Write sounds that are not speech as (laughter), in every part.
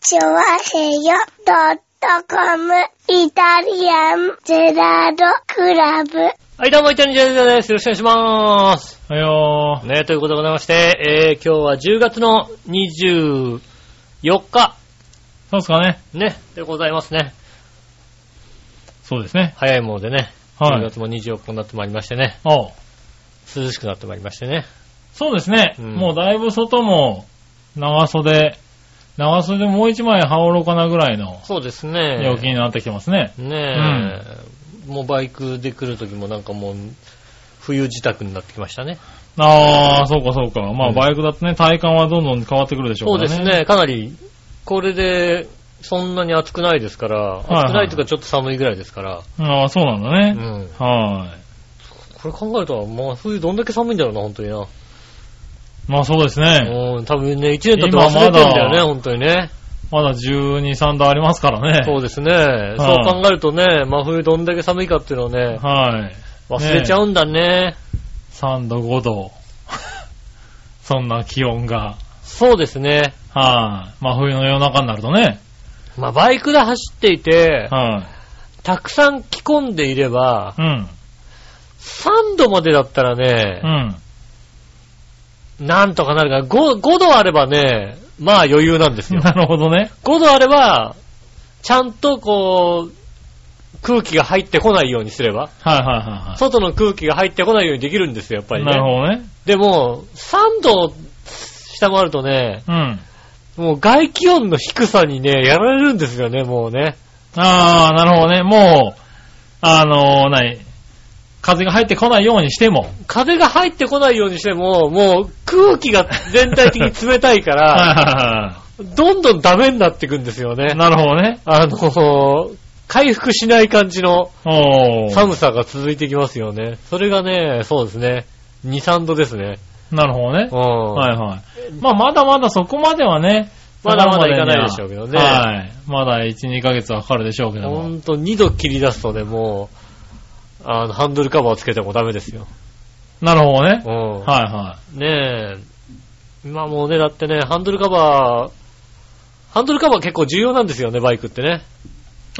チョワヘヨドットコムイタリアンゼラードクラブ。はい、どうも、イタリアンジェラです。よろしくお願いします。はよー。ね、ということでございまして、えー、今日は10月の24日、そうですかね。ね、でございますね。そうですね。早いものでね、はい10月も24日になってまいりましてね、おう涼しくなってまいりましてね。そうですね、うんもうだいぶ外も、長袖、長袖もう一枚羽織ろうかなぐらいのそうですね。陽気になってきてますね。ねえ、もうバイクで来る時もなんかもう、冬自宅になってきましたね。あー、そうかそうか。まうあんバイクだとね、体感はどんどん変わってくるでしょそううかでらね。す。ね、かなり、これで、そんなに暑くないですから、いはい暑くないというかちょっと寒いぐらいですから、あー、そうなんだうね。ん。はこれ考えると、まあ冬どんだけ寒いんだろうな、本当にな。ーい。まあそうですね。うん、多分ね、1年経って忘れてんだよね、今まだ本当にね。まだ12、3度ありますからそね。うですね。そう考えるとね、真冬どんだけ寒いかっていうのをね、はい。忘れちゃうんだね。 3度、5度。 (laughs) そんな気温が。そうですね。はい。まあ冬の夜中になるとね。まあバイクで走っていて、はたくさん着込んでいればい。、うん。 3度までだったらうね、ん。なんとかなるから5、5度あればね、まあ余裕なんですよ。なるほどね。 5度あれば、ちゃんとこう、空気が入ってこないようにすれば、はいはいは外の空気が入ってこないようにできるんですよ、やっぱいはい。りなるね。ほどね。でも、3度下回るとね、うん。もう外気温の低さにね、やられるんですよね、もうね。ああ、なるほどね。もう、あのー、何風が入ってこないようにしても。風が入ってこないようにしても、もう空気が全体的に冷たいから、 (laughs) はいはどんどんダメになっていくんですよいはい。ね。なるほどね。あの、回復しない感じのおー。寒さが続いてきますよね。それがね、そうですね。2、3度ですね。なるほどねうん。。はいはい。まあ、まだまだそこまではね。まだまだいかないそこまにはでしょうけどねはい。まだ1、2ヶ月はかかるでしょうけどほも。んと、2度切り出すとね、もう、あの、ハンドルカバーをつけてもダメですよ。なるほどねう。ん。はいはねえ。今もうね、だってね、ハンドルカバー、ハンドルカバー結構重要なんですよね、バイクってね。い。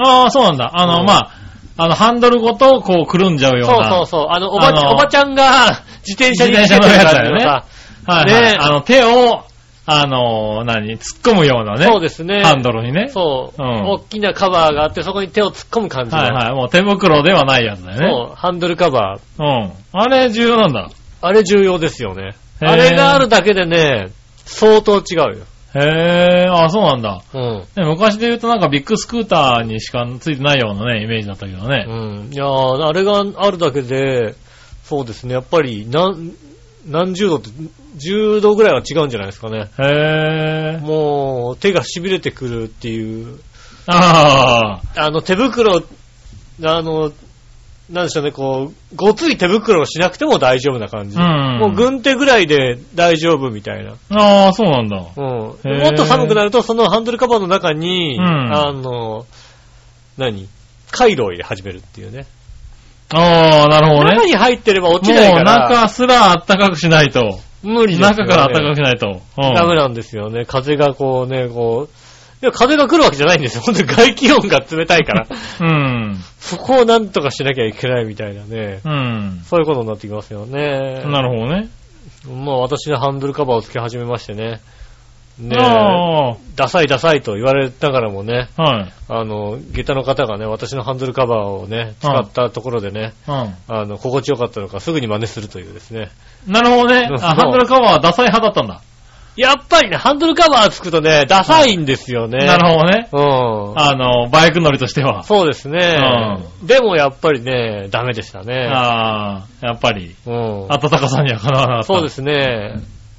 ああ、そうなんだ。あうの、んまあ、あの、ハンドルごと、こう、くるんじゃうようそうな。そうそう。あの、おばちゃん、あのおばちゃんが自転車に自つけ転て車のるやつ感だじよのねさ。はい、ねはえい。あの、手を、あの、何、突っ込むようなね。そうですね。ハンドルにね。そう、うん大きなカバーがあって、そこに手を突っ込む感じの。はいはい。もう手袋ではないやつだよね。そう、ハンドルカバー。うん。あれ重要なんだ。あれ重要ですよね。へーあれがあるだけでね、相当違うよ。へー、あ、そうなんだ。うん。ね昔で言うとなんかビッグスクーターにしかついてないようなね、イメージだったけどね。うん。いやーあれがあるだけで、そうですね、やっぱり、何、何十度って、10度ぐらいは違うんじゃないですかね。へー。もう、手が痺れてくるっていう、ああの、手袋、あの、なんでしょうね、こう、ごつい手袋をしなくても大丈夫な感じ。うんもう軍手ぐらいで大丈夫みたいな。ー。あー、そうなんだ。うん。もへーっと寒くなると、そのハンドルカバーの中に、うんあの、何カイロを入れ始めるっていうね。あー、なるほどね。中に入ってれば落ちもうないから、中すら暖かくしないと。無理ですよね中から暖かくしないと。うんダメなんですよね。風がこうね、こう。いや、風が来るわけじゃないんですよ。本当に外気温が冷たい (laughs) から。うん。そこをなんとかしなきゃいけないみたいなね。うん。そういうことになってきますよね。なるほどね。まあ私のハンドルカバーをつけ始めましてね。ねえ、あダサいダサいと言われながらもね、ー。はい。あの、下駄の方がね、私のハンドルカバーをね、使ったところでね、うん。あの、心地よかったのかすぐに真似するというですね。なるほどね。そうあハンドルカバーはダサい派だったんだ。やっぱりね、ハンドルカバーつくとね、ダサいんですよね。なるほどね。ほうん。あの、バイク乗りとしては。そうですね。でもやっぱりね、ダメでしたね。ああ、やっぱり、うん。暖かさにはかなわなかった。。そうですすね。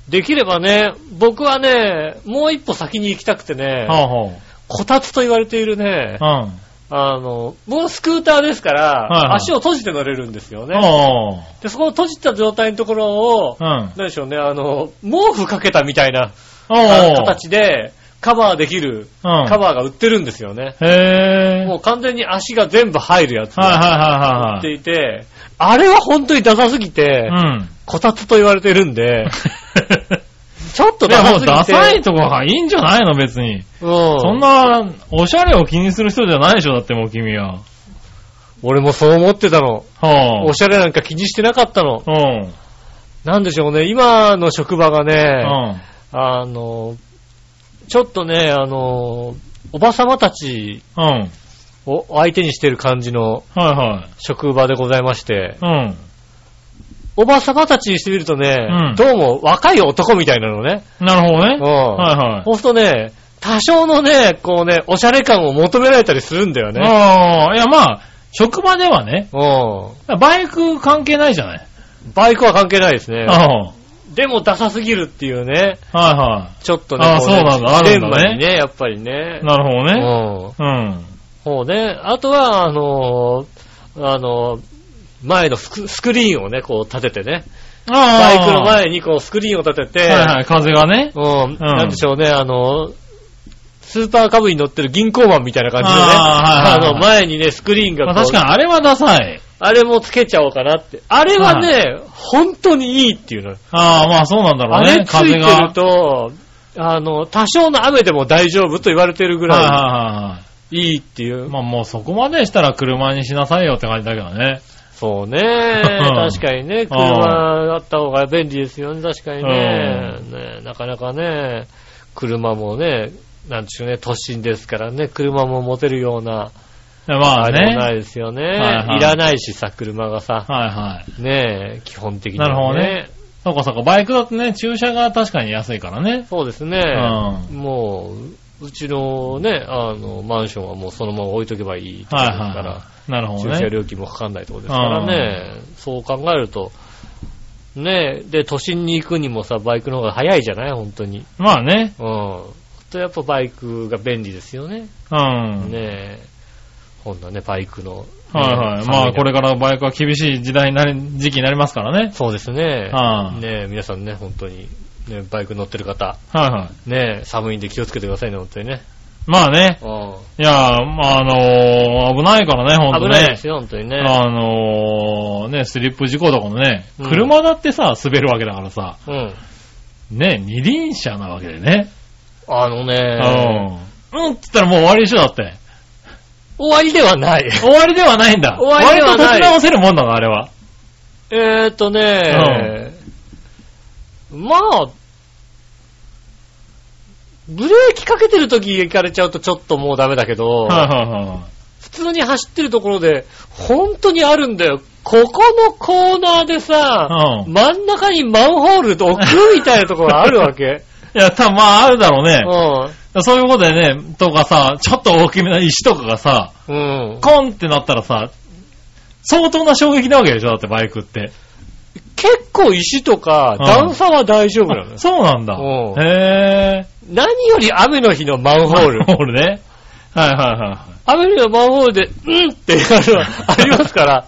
できればね、僕はね、もう一歩先に行きたくてね、はあ、はこたつと言われているね、あ、うん。あの、僕スクーターですから、いはい足を閉じて乗れるんですよね。おーで、そこを閉じた状態のところを、うん。何でしょうね、あの、毛布かけたみたいなおあーの形でカバーできる、うん。カバーが売ってるんですよね。へぇー。もう完全に足が全部入るやつ。はい売はっいていて、あれは本当にダサすぎてはい、はい。うん。 (laughs) こたつと言われてるんで、ちょっとでダサもすぎて。ダサいとこがいいんじゃないの別に。うん。そんな、おしゃれを気にする人じゃないでしょだってもう君は。俺もそう思ってたの。はぁ、おしゃれなんか気にしてなかったの。うん。なんでしょうね、今の職場がね、うん。あの、ちょっとね、あの、おばさまたちうん。はいを相手にしてる感じのは職場でございましてい。、うん。おばさまたちにしてみるとね、うんどうも若い男みたいなのね。なるほどね。うん。はいはい。そうするとね、多少のね、こうね、おしゃれ感を求められたりするんだよね。ああ、いやまあ、職場ではね、うバイク関係ないじゃない。ん。バイクは関係ないですねうん。。はいでもダサすぎるっていうね、はちょっとね、あーこねそうなんだあるんだねジレンマにね、やっぱりねい。。なるほどね。うん。うん。そうね。あとは、あのーあのー前のスクスクリーンをね、こう立ててね。あバあ。イクの前にこうスクリーンを立てて、はいはい、風がね。うん、なんでしょうね、あのースーパーカブに乗ってる銀行マンみたいな感じのね、あーはいはいはいの、前にね、スクリーンがまこあう、確かにあれはダサい。あれもつけちゃおうかなって。あれはね、本当にいいっていうのよ。ああ、まあそうなんだろあうねれ。つい風てが。ると、あの、多少の雨でも大丈夫と言われてるぐはいらはいはいはい。いいいっていう。まあもうそこまでしたら車にしなさいよって感じだけどね。そう (laughs) ね。確かにね、車あった方が便利ですよね、確かにね。ねなかなかね、車もね、なんでしょうね、都心ですからね、車も持てるような、まああれもなね。いですよね。はいいはいらないしさ、車がさ、はいはい。ねえ基本的に、なるほどね。そうかそうか、バイクだとね、駐車が確かに安いからね。そうですね。うもう、うちのね、あの、マンションはもうそのまま置いとけばいいところはでいすから、はい。なるほど駐ね車。料金もかかんないところですからね、そう考えると、ねえ、で、都心に行くにもさ、バイクの方が早いじゃない本当に。まあね。うん。ほんとやっぱバイクが便利ですよね。うねん。え。ほんなね、バイクの。はいはい。ねまあこれ。からバイクは厳しい時代になり、時期になりますからね。そうですね。はいねえ、皆さんね、本当に、ね、バイク乗ってる方、はいはい。ねえ、寒いんで気をつけてくださいね、本当にね。まあね。うん。いや、まああのー危ないからね、ほんと危ね。ないですよ、本当にね。あのーね、スリップ事故とかもね、うん車だってさ、滑るわけだからさ、うん。ね、二輪車なわけでね。あのね、うん。うんっつったらもう終わりでしょ、だって。終わりでは (laughs) ない。終わりではないんだ。終わりではない割と立ち直せるもんだな、あれは。えーっとね、まあ、ブレーキかけてる時行かれちゃうとちょっともうダメだけど、はいはいは普通に走ってるところで、本当にあるんだよ。ここのコーナーでさ、い。うん。真ん中にマンホールと置くみたいなところがあるわ (laughs) け。いや、たまああるだろうね。うそういうことでね、とかさ、ちょっと大きめな石とかがさ、ん。うん。コンってなったらさ、相当な衝撃なわけでしょ、だってバイクって。結構石とかうん段差は大丈夫なのよあ。そうなんだ。うんへぇ何より雨の日のマンー。ホール。 (laughs) ホールね。はいはいはいはい。雨の日のマンホールで、うんってやるのはあります (laughs) から。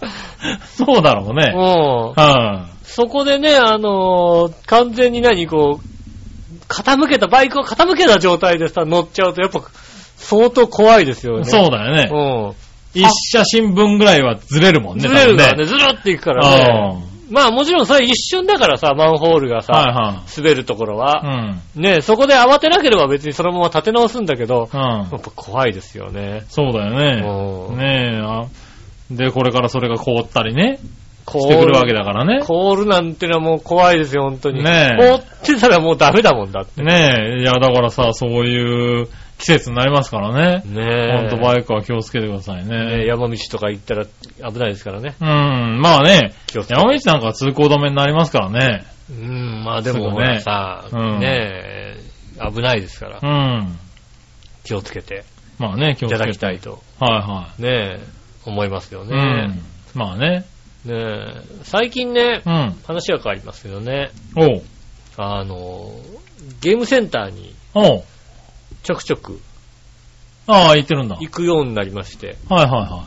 そうだろうね。うん。はそこでね、あのー完全に何、こう、傾けた、バイクを傾けた状態でさ、乗っちゃうと、やっぱ、相当怖いですよい。ね。そうだよね。う。一社新聞ぐらいはずれるもうんん。ね。ずれるから多分ね、ずるっていくからね。ね。まあもちろんそれ一瞬だからさ、マンホールがうさ、ん。は滑るところいは。はい。うん。ねそこで慌てなければ別にそのまま立て直すんだけど、うんや。っぱ怖いですよね。そうだようね。ん。ねえあ。で、これからそれが凍ったりね、凍してくるわけだからね。 (laughs) 凍るなんてのはもう怖いですよ、本当に。ねえ凍ってたらもうダメだもんだって。ねえ、いや、だからさ、そういう季節になりますからね。ほねんとバイクは気をつけてくださいねね。山道とか行ったら危ないですからね。うん、まあね、気をつけて。山道なんか通行止めになりますからね。うん、まあですぐもねほらさ、うんねえ、危ないですからう、ん。気をつけてまあね、気いをつけたて。だきたいと、はねえ、思いますよいはい。ね。うん。まあね。ねえ、最近ねう、ん。話は変わりますけどね、おう。あの、ゲームセンターにおう。ちょくちょくああ、行ってるんだ。はい行くようになりまして、はいは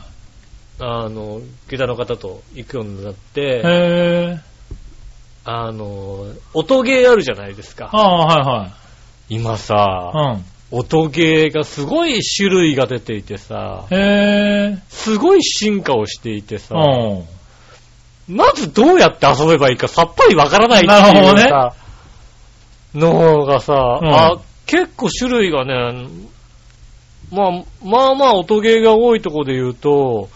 あの、下駄の方と行くようになっい。て、へえ。あの、音ゲーあるじゃないですか。ああ、は今さい、はい。音ゲーがすごい種類が出ていてさ、うん。へえ。すごい進化をしていてさ、うん。まずどうやって遊べばいいかさっぱりわからないっていうなるほどねさ、のがさ、んあ、結構種類がね、まあ、まあまあ音ゲーが多いとこで言うと、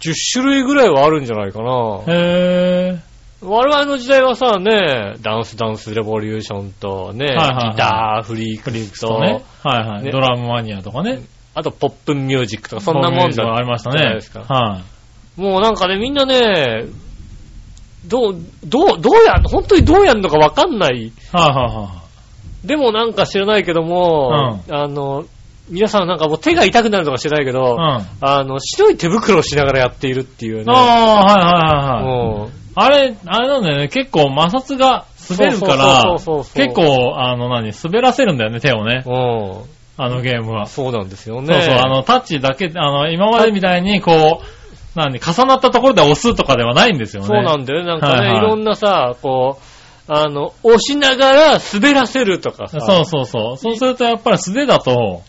10種類ぐらいはあるんじゃないかな。へ我々の時代はさ、ね、ダンスダンスレボリューションとね、いはいはいギター、フリークリックぇー。と、ね。はいはい。ねドラムマニアとかね。あとポップミュージックとかそんなもんそういうのがだありましたじゃないねです。かはもうなんかね、みんなね、どう、どう、どうやん、本当にどうやんのかわかんない。い。はいはでもなんか知らないけども、あの、皆さんなんかもう手が痛くなるとか知らないけど、いはい。うん。あの、白い手袋をしながらやっているっていうね。ああ、はいはいはいはい。もあれ、あれなんだよね、結構摩擦が滑るから、結そうそうそうそうそう構、あの何、滑らせるんだよね、手をねう、、うん。あのゲームは。そうなんですよね。そうそう、あの、タッチだけ、あの、今までみたいに、こう、何、重なったところで押すとかではないんですよね。そうなんだよね。なんかね、はいいはいろんなさ、こう、あの、押しながら滑らせるとかさ。そうそうそう。そうすると、やっぱり素手だと、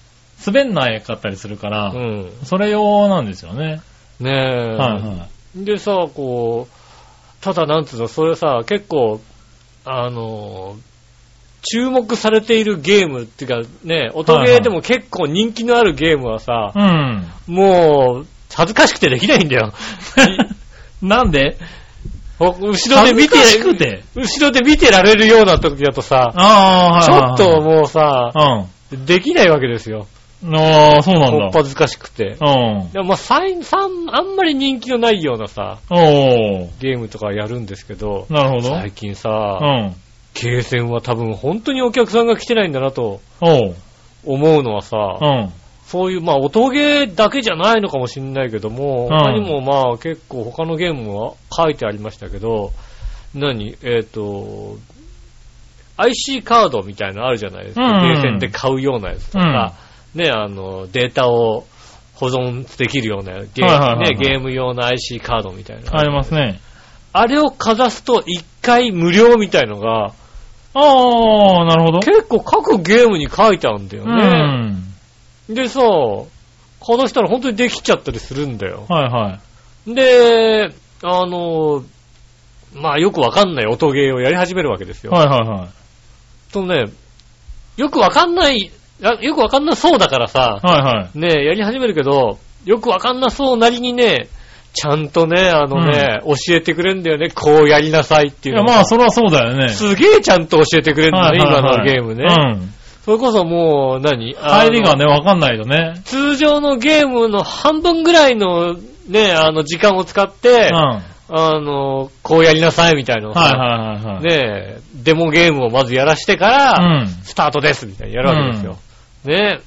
滑んないかったりするから、うん。それ用なんですよね。ねえ。はいはい。でさ、こう、ただなんつうの、それさ、結構、あの、注目されているゲームっていうかね、音ゲーでも結構人気のあるゲームはさ、うもう、恥ずかしくてできないんだ (laughs) よ。ん。なんでほ後ろで見て恥ずかしくて、後ろで見てられるような時だとさ、ちょああ、っはいはいとはい。もうさ、できないわけですよ。うん。ああ、そうなんほだっ。ぱずかしくて。うん。でもまあ、サイン、さん、あんまり人気のないようなさ、おー。ゲームとかやるんですけど、なるほど。最近さ、うん。ゲーセンは多分本当にお客さんが来てないんだなとおう。思うのはさ、うん。そういう、まあ、音ゲーだけじゃないのかもしれないけども、ん他にもまあ、結構他のゲームは書いてありましたけど、何えっ、と、IC カードみたいなのあるじゃないですか。うんゲーセンで買うようなやつとか、ね、あの、データを保存できるようなゲー,、はいはいはいはね、いゲーム用の IC カードみたいな。ありますね。あれをかざすと1回無料みたいのが、ああ、なるほど。結構各ゲームに書いてあるんだようね。ん。でさ、この人ら本当にできちゃったりするんだよ。はいはい。で、あの、まあよくわかんない音ゲーをやり始めるわけですよ。はいはいはい。とね、よくわかんない、あよくわかんなそうだからさ、はいはい。ねやり始めるけど、よくわかんなそうなりにね、ちゃんとね、あのね、教えてくれんだよね、こうやりなさいっていいうや、のまあ、が。それはそうだよね。すげえちゃんと教えてくれんだはいね、はい今はのいゲームね。うん。それこそもう何、あの入りがね、わかんないとね。通常のゲームの半分ぐらいのね、あの時間を使って、うん。はいあの、こうやりなさいみたいなのをさはいはいはい。ねえ、デモゲームをまずやらしてから、うん。スタートですみたいにやるわけですよ。ね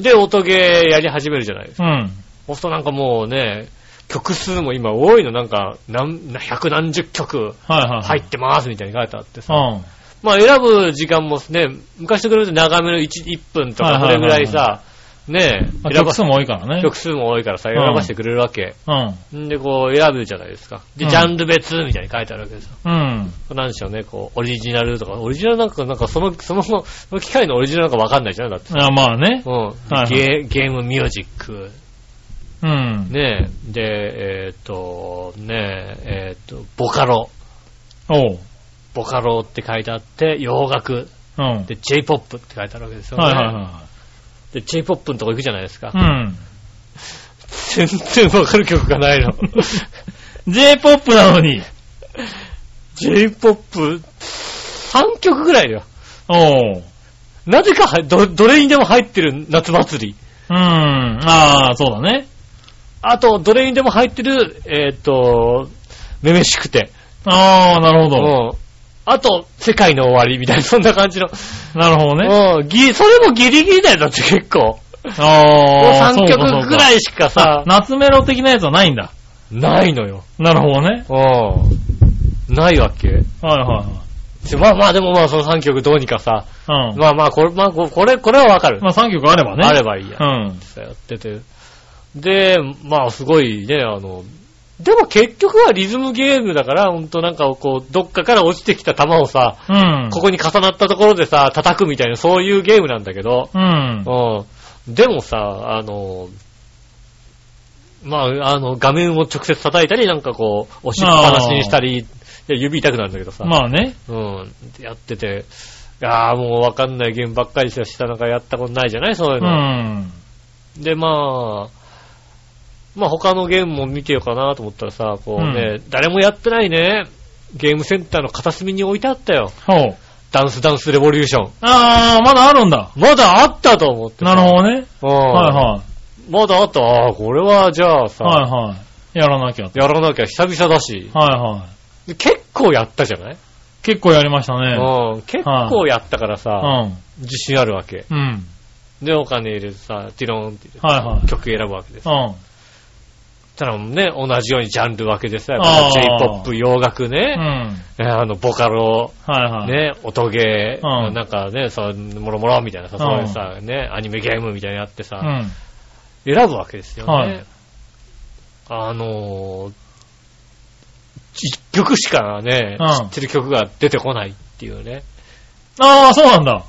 え。で、音ゲーやり始めるじゃないですか。うん。そうするとなんかもうね、曲数も今多いの、なんか、なん百何十曲はいはい。入ってますみたいに書いてあってうさ、ん。まあ選ぶ時間もね、昔と比べて長めの 1, 分とかそれぐらいさ、ねまえ、選ばあ曲数も多いからね。曲数も多いからさ、ん選ばせてくれるわけ。うん。んで、こう、選ぶじゃないですか。で、うんジャンル別みたいに書いてあるわけですよ。うん。なんでしょうね、こう、オリジナルとか、オリジナルなんか、なんかその、その、その機械のオリジナルなんかわかんないじゃん、だって。あまあね。うん。はいゲーゲームミュージック、うん。ねえ、で、えーっと、ねえ、えーっと、ボカロ、おう。ボカロって書いてあって、洋楽、うん。はいで、J-POP って書いてあるわけですよね。はいはで、J-POP のとこ行くじゃないですかい。。うん。全然わかる曲がない (laughs) の。 J-POP なのに。 J-POP、3曲ぐらいだよ。おう。なぜかはど、どれにでも入ってる夏祭り。うん。ああ、そうだね。あと、どれにでも入ってる、えーっ、と、めめしくて。ああ、なるほうど。ん。あと、世界の終わりみたいな、そんな感じの。なるほどね。うん。ぎ、それもギリギリだよ、だって結構。ああ、 3曲ぐらいいしかさ、夏メロ的なやつはないんだ。ないのよ。なるほどね。うん。ないわけ。はいはちょまあまあ、でもまあ、その3曲どうにかさ、いはい。うん。まあまあ、これ、まあ、ここれ、これはわかる。まあ3曲あればね。あればいいや。うん。さやってて。で、まあすごいね、あの、でも結局はリズムゲームだから、ほんとなんかこう、どっかから落ちてきた球をさ、うん。ここに重なったところでさ、叩くみたいな、そういうゲームなんだけど、うん。うん。でもさ、あの、まあ、あの、画面を直接叩いたり、なんかこう、押しっぱなしにしたり、で指痛くなるんだけどさ、まあね。うん、やってて、ああ、もうわかんないゲームばっかりしかなんかやったことないじゃないそういううの。ん。で、まあ、まあ他のゲームも見てようかなと思ったらさ、こうね、誰もやってないね、ゲームセンターの片隅に置いてあったよ。ほう。ダンスダンスレボリューション。あー、まだあるんだ。まだあったと思って。なるほどね。ほど。うん。はいはまだあった。ああ、これはじゃあい。さ、はいはい。やらなきゃ。はいやらなきゃ久々だし。はで結構やったじゃない、い。結構やりましたね。うん。結構やったからさ、う自信あるわけ。ん。うん。で、お金入れてさ、ティローンって入れてさはいはい曲選ぶわけです。うん。たらね、同じようにジャンル分けでさ、あー J-POP、洋楽うね、ん。えーあの、ボカロ、はいはい。ね、音ゲー、うんなんかね、そう、もろもろみたいなさ、そういうさ、ね、アニメゲームみたいなのやってうさ、ん。選ぶわけですよね。はいあのー、一曲しかね、うん知ってる曲が出てこないっていうね。あー、そうなんだ。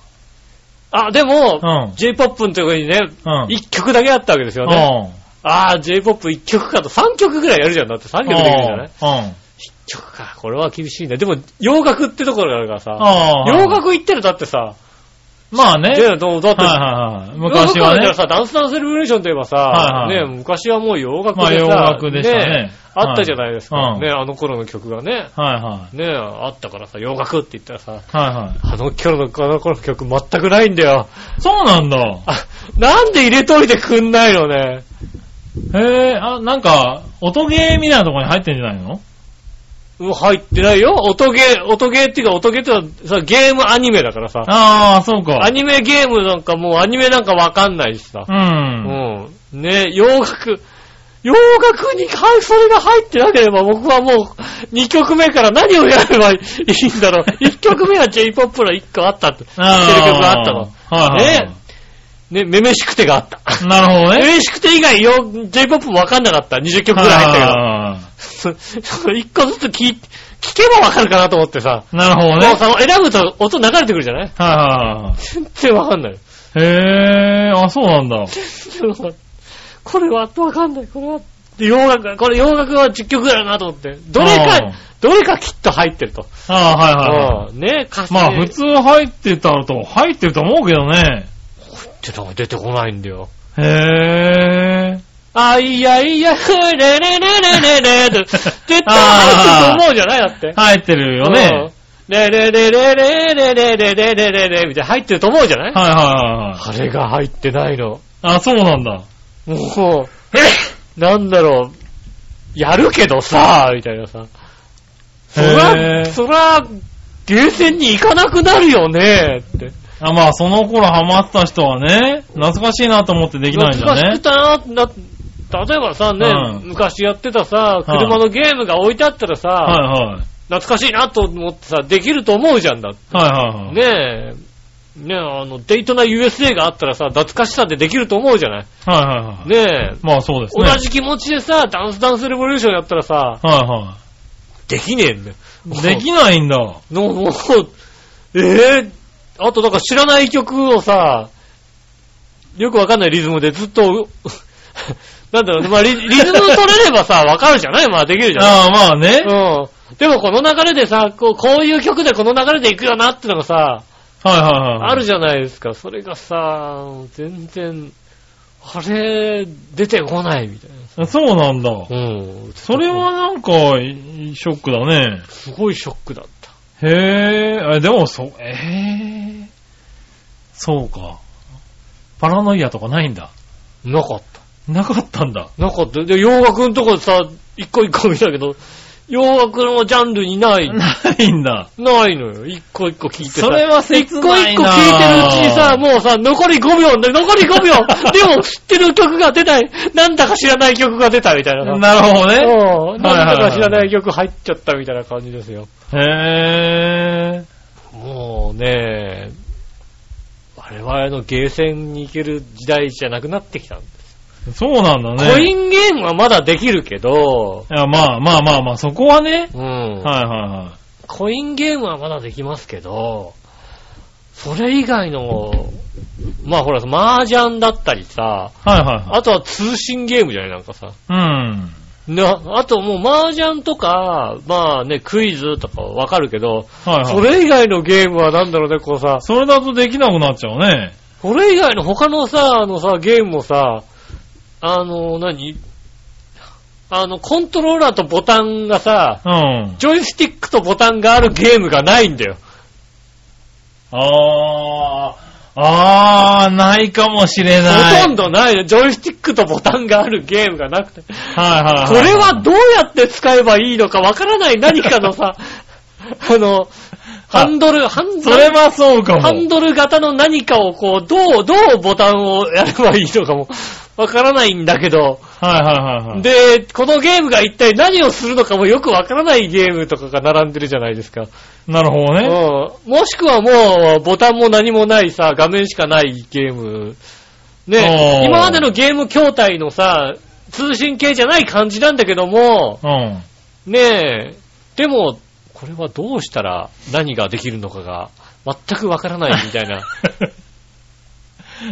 あ、でも、うん J-POP のところにね、うん。一曲だけあったわけですよね。うん。ああ、J-POP1 曲かと、3曲ぐらいやるじゃん。だって3曲できるじゃないうん。ちょっか、これは厳しいんだ。でも、洋楽ってところがあるからさ、ああ。洋楽行ってるだってさ、まあね。で、どうだって、はいはいはい。昔は洋楽だったねら。さ、ダンスダンスレブレーションといえばさ、はいはいね、昔はもう洋楽まあでさ、洋楽でしたね。あったじゃないですか、はいうんね、あの頃の曲がね、はいね、はあったからさ、洋楽って言ったらさ、い。はいはあの頃の、あの頃の曲全くないんだよ。い。そうなんだ。あ、なんで入れといてくんないのね。へえ、あ、なんか、音ゲーみたいなところに入ってんじゃないのうん入ってないよ。音ゲー、音ゲーっていうか、音ゲーってのはさ、ゲームアニメだからさ、ああ、そうか。アニメゲームなんかもうアニメなんかわかんないしさう。ん。うん。ね洋楽。洋楽に関それが入ってなければ僕はもう2曲目から何をやればいいんだ (laughs) ろう。1曲目は J-POP の1個あったって。知ってる曲あーがあったの。はいはいはい。ね、めめしくてがあった。なるほどめね。めしくて以外よ J-POP もわかんなかった。20曲くらい入ったけど。は1個ずつ聞い聞けばわかるかなと思ってさ。いなるほどね。もうその選ぶと音流れてくるじゃないは全然わかんない。いはいはい。へえ、あ、そうなんだ。これはわかんない。これは、洋楽、これ洋楽は10曲ぐらいだなと思って。どれうかん、どれかきっと入ってると。ああ、はいはいはい。うんね、歌詞まあ、普通入ってたらと、入ってると思うけどね。ってのが出てこないんだよ。へえ。あいやいや、レレレレレレって、絶対入ってると思うじゃないだって。入ってるよね。うん。レレレレレレレレレレレレみたいな入ってると思うじゃないはいはいはいはい。あれが入ってないの。あ、そうなんだ。もう、なんだろう、やるけどさ、みたいなさ。そへら、ーそら、ゲーセンに行かなくなるよね、って。あ、まあ、その頃ハマった人はね、懐かしいなと思ってできないん懐だかしねく。たなな、例えばさ、ね、うん昔やってたさ、車のゲームが置いてあったらさ、はいはい。懐かしいなと思ってさ、できると思うじゃんだって。はいはいはい。ねえ、ねえ、あの、デイトナ USA があったらさ、懐かしさでできると思うじゃない。はいはいはい。ねえ、まあそうです同ね。じ気持ちでさ、ダンスダンスレボリューションやったらさ、はできねえんだよ。いはい。できないんだ。の、もう、ええあとなんか知らない曲をさ、よくわかんないリズムでずっと、 (laughs) なんだろうね、まあリリズム取れればさ、わかるじゃないまあできるじゃないああ、まあね。うん。でもこの流れでさ、こう、こういう曲でこの流れでいくよなってのがさ、はいはいはい。あるじゃないですか。それがさ、全然、あれ、出てこないみたいそうなんだ。な。うん。それはなんか、いショックだね。すごいショックだった。へえ、あでもそ、ええ。そうか。パラノイアとかないんだ。なかった。なかったんだ。なかった。で、洋楽のとこさ、一個一個見たけど、洋楽のジャンルにない、ないんだ。ないのよ。一個一個聞いてさ。それは一切個な一い個な聞いてるうちにさ、もうさ、残り5秒で、残り5秒 (laughs) でも知ってる曲が出ない、なんだか知らない曲が出たみたいなさ。なるほどね。うんなんだはいはいはいはかい知らない曲入っちゃったみたいな感じですよ。へえ。もうね、我々のゲーセンに行ける時代じゃなくなってきたんだ。そうなんだね。コインゲームはまだできるけど、いやまあまあまあまあ、そこはね。うん。はいはコインゲームはまだできますけど、それ以外の、まあほら、麻雀だったりさ、いはい。はいはいはい。あとは通信ゲームじゃないなんかさ、うん。な、あともう麻雀とか、まあね、クイズとかはわかるけど、はいはい。それ以外のゲームはなんだろうね、こうさ、それだとできなくなっちゃうね。それ以外の他のさ、あのさ、ゲームもさ、あの、何あの、コントローラーとボタンがさ、うん。ジョイスティックとボタンがあるゲームがないんだよ。あー、あー、ないかもしれない。ほとん。どないよ。ジョイスティックとボタンがあるゲームがなくて。こはいはい、はい。れはどうやって使えばいいのかわからない何かの (laughs) さ、あの、ハンドル、ハンそドルれ、はそうかも。ハンドル型の何かをこう、どう、どうボタンをやればいいのかもわからないんだけど、はいはいはいはい。で、このゲームが一体何をするのかもよくわからないゲームとかが並んでるじゃないですか。なるほどうんね。。もしくはもう、ボタンも何もないさ、画面しかないゲーム。ねおー今までのゲーム筐体のさ、通信系じゃない感じなんだけども、うん。 (laughs) ねえ、でも、これはどうしたら何ができるのかが全くわからないみたい (laughs) な。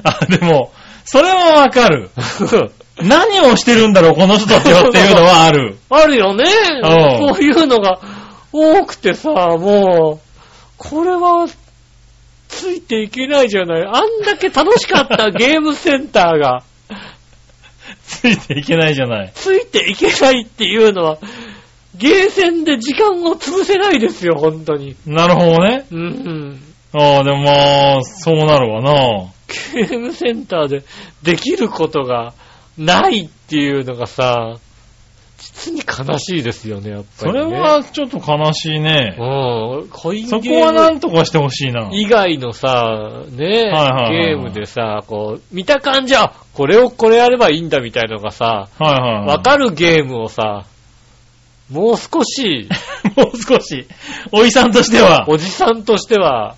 あ、でも、それはわかる。何をしてるんだろう、この人たちはっていうのはある。あるよね。うんそういうのが多くてさ、もう、これは、ついていけないじゃない。あんだけ楽しかったゲームセンターが、ついていけないじゃない。ついていけないっていうのは、ゲーセンで時間を潰せないですよ、本当に。なるほどね。うんうん。ああ、でもまあ、そうなるわな。ゲームセンターでできることがないっていうのがさ、実に悲しいですよね、やっぱそり、ね。れはちょっと悲しいね。うん、コインゲーそムこはなんとかしてほしいな。以外のさ、ね、はいはいはいゲームでさ、こう、見た感じは、これをこれやればいいんだみたいのがさ、はいはいはい。わかるゲームをさ、もう少し、 (laughs) もう少し、おじさんとしては、おじさんとしては、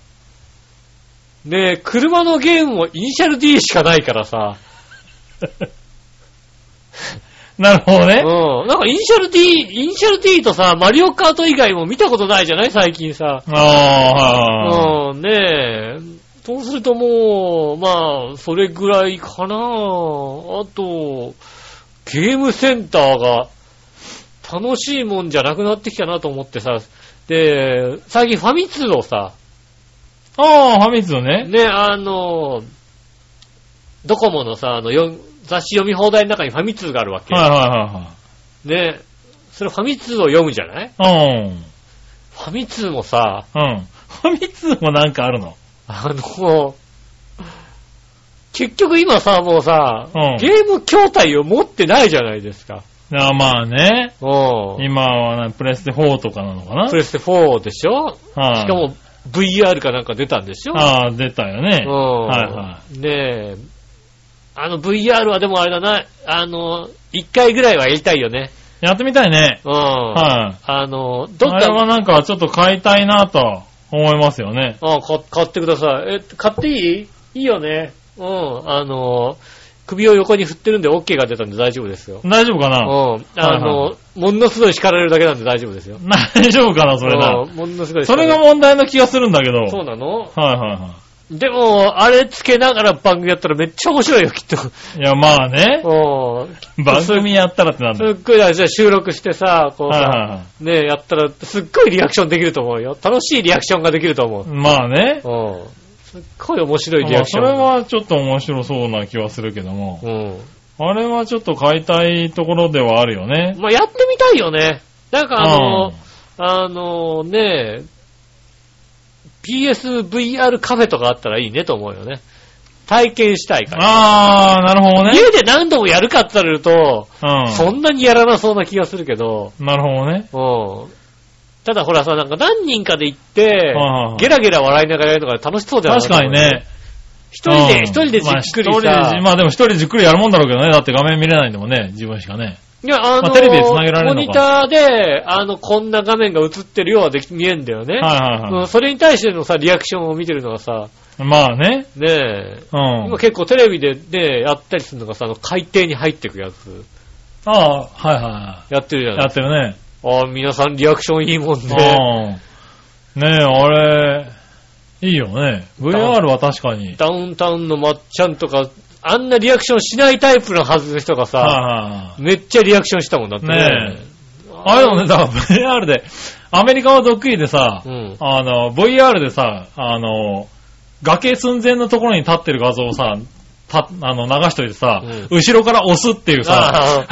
ねえ、車のゲームもイニシャル D しかないからさ、 (laughs) なるほどね。うん。なんかイニシャル D、イニシャル D とさ、マリオカート以外も見たことないじゃない最近さ。ああ、はいはいはいうん、ねえ。そうするともう、まあ、それぐらいかなあと、ゲームセンターが楽しいもんじゃなくなってきたなと思ってさ、で、最近ファミ通をさ、ああ、ファミツのね。ね、あの、ドコモのさ、あの、よ雑誌読み放題の中にファミ通があるわけ。はいはね、それファミ通を読むじゃないいはいはい。うん。ファミ通もさ、うん。ファミツもなんかあるの。あの、結局今さ、もうさ、うんゲーム筐体を持ってないじゃないですか。ああまあね。うん。今はねプレステ4とかなのかな。プレステ4でしょはいしかも VR かなんか出たんでしょああ、出たよねうん。。はいはねえ。あの VR はでもあれだな、あの、一回ぐらいはやりたいよね。やってみたいね。うん。はい。あの、どっあれはか、なんかちょっと買いたいなと思いますよね。うん、か買ってください。え、買っていいいいよね。うん。あの、首を横に振ってるんで OK が出たんで大丈夫ですよ。大丈夫かなうん。あはいの、ものすごい叱られるだけなんで大丈夫ですよ。大丈夫かなそれなう。んものすごい叱そられれる。が問題な気がするんだけど。そうなのはいはいはでも、あれつけながら番組やったらめっちゃ面白いよ、きっと。い。いや、まあね。うん。番組やったらってなんだすっごい大事だ収録してさ、こうはいさ、はねやったらすっごいリアクションできると思うよ。楽しいリアクションができると思いはい。まあね。う。うん。すっごい面白いリまアあクシそョン。れはちょっと面白そうな気はするけども。あれはちょっと買いたいところではあるようん。ね。まあ、やってみたいよね。なんかあの、うんあのね、PSVR カフェとかあったらいいねと思うよね。体験したいから。あー、なるほどね。家で何度もやるかって言われると、そうんなにやらなそうな気がするけど、ん。なるほどね。うん。ただほらさ、なんか何人かで行ってはいはいは、いゲラゲラ笑いながらやるのが楽しそうだよ確かにね。。一人うで、ん一人でじっくりまあ一人さで、まあでも一人でじっくりやるもんだろうけどね。だって画面見れないんだもんね。自分しかね。いや、あの、まあテレビで繋げられモるニのかターで、あの、こんな画面が映ってるようはでき見えんだよね。はいはいうんはそれに対してのさ、リアクションを見てるのはさ、い。まあね。ねえ、うん今。結構テレビでね、やったりするのがさ、あの海底に入ってくやつ、ああー、はいはやってるじい。ゃやないってるね。ああ、皆さんリアクションいいもんうで、ん。ねえ、あれ、いいよね。VR は確かに。ダウンタウンのまっちゃんとか、あんなリアクションしないタイプのはずの人がさ、あめっちゃリアクションしたもんだってねあれだもんね、だから VR で、アメリカはドッキリでさ、うんあの、VR でさ、あの、崖寸前のところに立ってる画像をさ、たあの流しといてさ、うん後ろから押すっていうさ、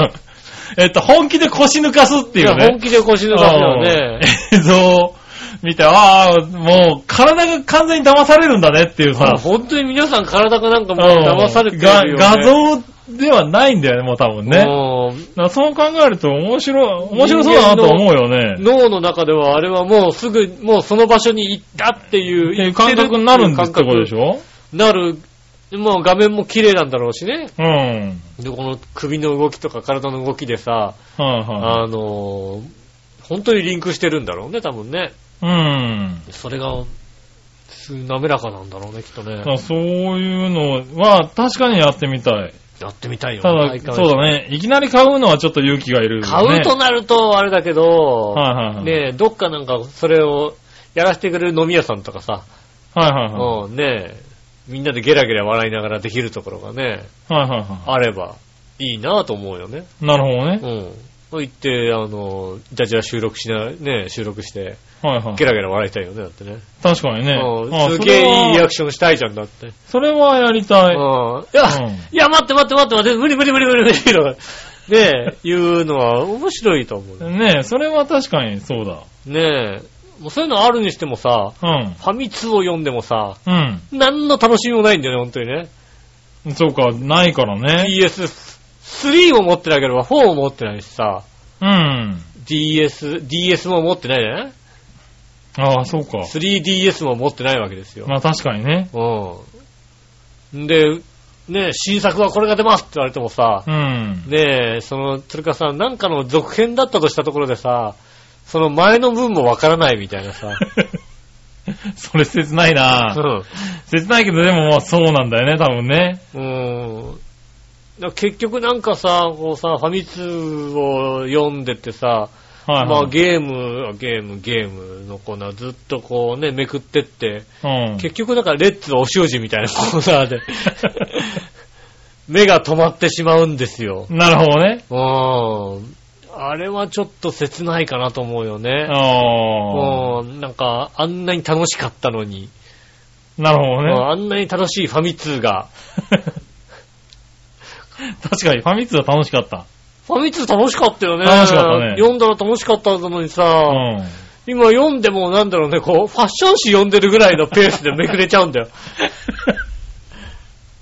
(laughs) えっと、本気で腰抜かすっていういや本ね。気で腰抜かすよね。うん映像を見て、ああ、もう体が完全に騙されるんだねっていうさあ、本当に皆さん体がなんかもううん騙されてるよ、ね。が画像ではないんだよね、もう多分ね。うんだからそう考えると面白い、面白そうだなと思うよね。脳の中ではあれはもうすぐ、もうその場所に行ったっていう、っ行ていうって感る覚になるんですってことでしょょなる。もう画面も綺麗なんだろうしね。うん。はいで、この首の動きとか体の動きでさ、はあのー本当にリンクしてるんだろうね、多分ね。い。うん。それが、す滑らかなんだろうね、きっとねだか。らそういうのは確かにやってみたい。やってみたいよたねだ、体感そうだね。いきなり買うのはちょっと勇気がいる、ね。買うとなると、あれだけど、はいはいはい。ねえ、どっかなんかそれをやらせてくれる飲み屋さんとかさ、はいはいはうん、ねえ、みんなでゲラゲラ笑いながらできるところがね、い。はいはいはあればいいなと思うよね。い。なるほどねう。ん。行って、あの、じゃじゃ収録しな、ねえ、収録して、はいはいゲ。ラゲラ笑いたいよね、だってね。確かにね。うあん。すそげれはえいいリアクションしたいじゃんだって。それはやりたうん。いい。や、うんいや、待って待って待って待って、無理無理無理無理無理とか、ねえ、いうのは面白いと思う。ねえ、それは確かにそうだ。ねえ、もうそういうのあるにしてもさ、うフん。ァミ通を読んでもさ、う何の楽しみもないんだよね、本当にね。ん。そうか、ないからね。 PS3 も持ってないけど、4も持ってないしさ、うん。 DS、DS も持ってないじゃないああ、そうか。 ?3DS も持ってないわけですよ。まあ確かにね。うん。で、ね、新作はこれが出ますって言われてもさう、ん。 (laughs) ねえ、その、それかさ、なんかの続編だったとしたところでさ、その前の分もわからないみたいな (laughs) さ。それ切ないなうん切ないけど、でもまあそうなんだよね、多分ね。うーん。だから結局なんかさ、こうさ、ファミ通を読んでてさ、はまい、はあい。ゲーム、ゲーム、ゲームのコーナーずっとこうね、めくってって、うん。結局だからレッツお塩時みたいなコーナー (laughs) で、目が止まってしまうんですよ。なるほどね。うーん。あれはちょっと切ないかなと思うよね。ああ。うん。なんか、あんなに楽しかったのに、なるほうどね。んあんなに楽しいファミ通が、 (laughs) 確かに、ファミ通は楽しかった。ファミ通楽しかったよね。楽しかったね読んだら楽しかったのにさ、うん。今読んでもなんだろうね、こう、ファッション誌読んでるぐらいのペースでめくれちゃうんだよ。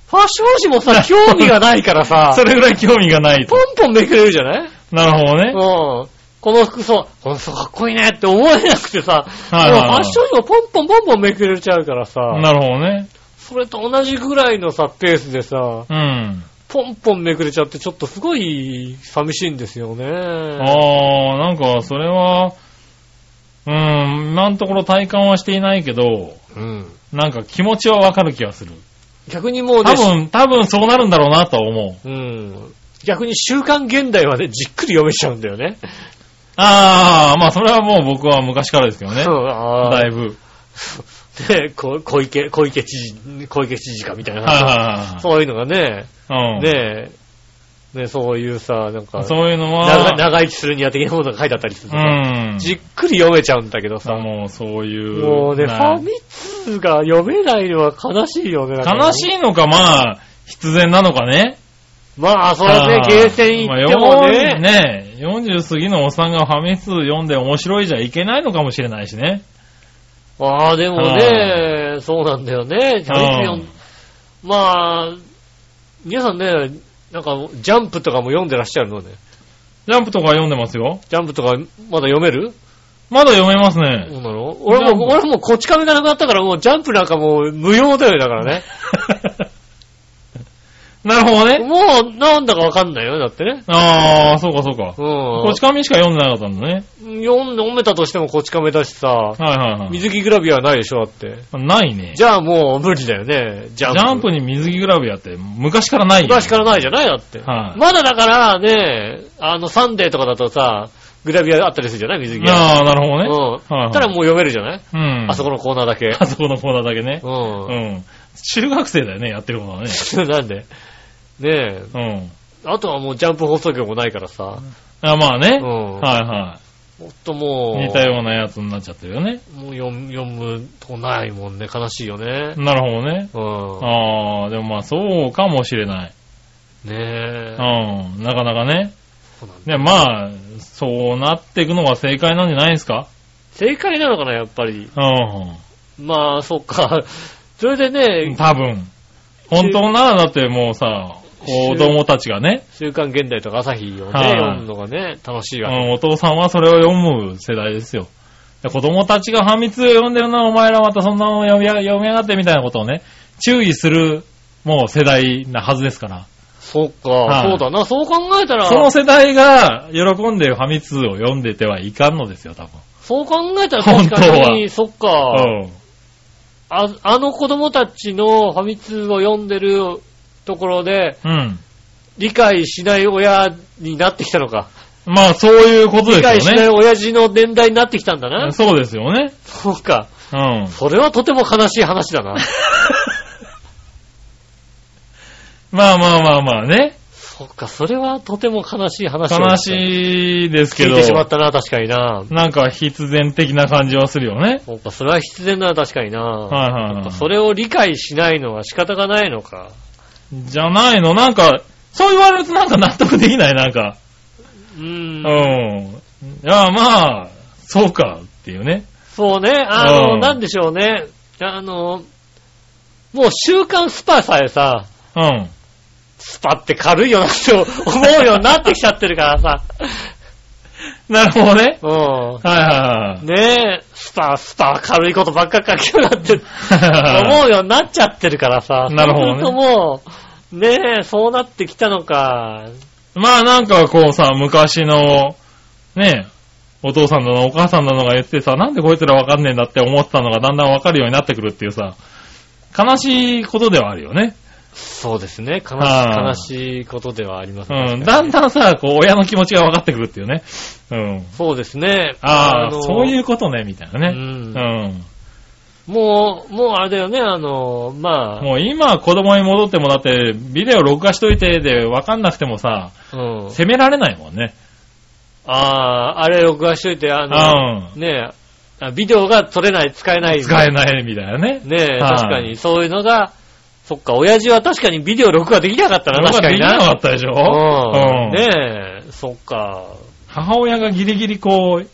ファッション誌も (laughs) さ、興味がないからさそ、れぐらい興味がないポ (laughs) と。ンポンめくれるじゃないなるほどうん。ね。この服装、この服装かっこいいねって思えなくてさ、はいはいはでいもファッション誌もポンポンポンポンめくれちゃうからさ、なるほどね。それと同じぐらいのさ、ペースでさ、うん。ポンポンめくれちゃってちょっとすごい寂しいんですよね。ああ、なんか、それは、うん、今のところ体感はしていないけど、うん。なんか気持ちはわかる気がする。逆にもうね多、分、多分そうなるんだろうなとは思う。うん。逆に週刊現代はね、じっくり読めちゃうんだよね。ああ、まあそれはもう僕は昔からですけどねう。んあーだいぶ。ね、 (laughs) こ小池、小池知事、小池知事かみたいはいな。はいそういうのがね、はい。うん。ねえ、ねそういうさ、なんか、そういうの長は、長生きするには的なものが書いてあったりするうとさ、ん。じっくり読めちゃうんだけどさ、もうそういう。もうね、フなァミ通が読めないのは悲しいよね。だからね悲しいのか、まあ、必然なのかね。まあ、それはねあ、ーゲーセン行ってもね、まあ40ね40過ぎのおっさんがファミ通読んで面白いじゃいけないのかもしれないしね。ああ、でもね、そうなんだよね。ファミ通読んうんまあ、皆さんね、なんか、ジャンプとかも読んでらっしゃるのね。ジャンプとか読んでますよ。ジャンプとかまだ読めるまだ読めますそうね。な (laughs) の俺ジャンプも、俺もこち亀がなくなったからもうジャンプなんかもう無用だよ、だからね。なるほどね。 (laughs) もうなんだかわかんないよ、だってね。ああ、そうかそうか。うこんち。亀しか読んでなかったんだね。読んで読めたとしてもこち亀だしさ、はいはいはい。水着グラビアはないでしょ、だって。ないね。ジじゃあもう無理だよね、ジャンプ。ャンプに水着グラビアって昔からないよ昔からないじゃないだって。はいまだだからね、あの、サンデーとかだとさ、グラビアあったりするじゃない水着が。ああ、なるほどね。うん。はいはいたらもう読めるじゃないうん。あそこのコーナーだけ。あそこのコーナーだけね。うんう。ん。中学生だよね、やってることはね。 (laughs) なんでねえ。うん。あとはもうジャンプ放送局もないからさ。あ、まあうね。ん。はいはもっともう。い。似たようなやつになっちゃってるよね。もう読む、読むとないもんね。悲しいよね。なるほどね。うん。ああ、でもまあそうかもしれない。ねえ。うん。なかなかね。そうなんだね、まあ、そうなっていくのが正解なんじゃないですか正解なのかな、やっぱり。うまあ、そっか。 (laughs) それでん。ね、多分。本当ならだってもうさ、子供たちがね、週刊現代とか朝日をね、はい読むのがね、楽しいうわけ。ん、お父さんはそれを読む世代ですよ。で子供たちが半密を読んでるな、お前らまたそんなの読みや読みやがってみたいなことをね、注意する、もう世代なはずですから。そっか、はいそうだな。そう考えたら、その世代が喜んでファミ通を読んでてはいかんのですよ、多分。そう考えたら本確当かはに、そっか、うん。あ、あの子供たちのファミ通を読んでるところで、うん。理解しない親になってきたのか。まあ、そういうことで理解すしよないね。親父の年代になってきたんだな。そうですよね。そうか。 (laughs) うん。それはとても悲しい話 (laughs) だな。まあまあまあまあね。そっか、それはとても悲しい話悲いしいですけ聞いど、てしまったな、確かにな。なんか必然的な感じはするよね。そっか、それは必然だな、確かにな。はいはいそっはかい。それを理解しないのは仕方がないのか。じゃないのなんか、そう言われるとなんか納得できないなんか。うー。うんん。いや、まあ、そうかっていうね。そうね、あの、うんなんでしょうね。あの、もう週刊スパさえさ、うん。スパって軽いよなって思うようになってきちゃってるからさ。なるほどね。うはいはいはいん。ねえ、スパ、スパ、軽いことばっか書きようになってる。はいはい。思うようになっちゃってるからさ。なるほどそうすねるともう、ねえ、そうなってきたのか。まあなんかこうさ、昔の、ね、お父さんだのお母さんだのが言ってさ、なんでこいつらわかんねえんだって思ってたのがだんだんわかるようになってくるっていうさ、悲しいことではあるよね。そうですね。悲し、はい悲しいことではありますうねん。だんだんさ、こう、親の気持ちが分かってくるっていうね。うん。そうですね。、ああ、そういううことね、みたいなう。ね。うんん。もう、もうあれだよね、あの、まあ、もう今、子供に戻ってもだって、ビデオ録画しといてで分かんなくてもさ、うん。責められないもんね。ああ、あれ録画しといて、あの、うねえあ、ビデオが撮れない、使えない。ん。使えない、みたいなね。ねえ、はい確かに、そういうのが、そっか、親父は確かにビデオ録画できなかったな、確かでにきなかな。ったでしょうん。うん。ねえ、そっか。母親がギリギリこう、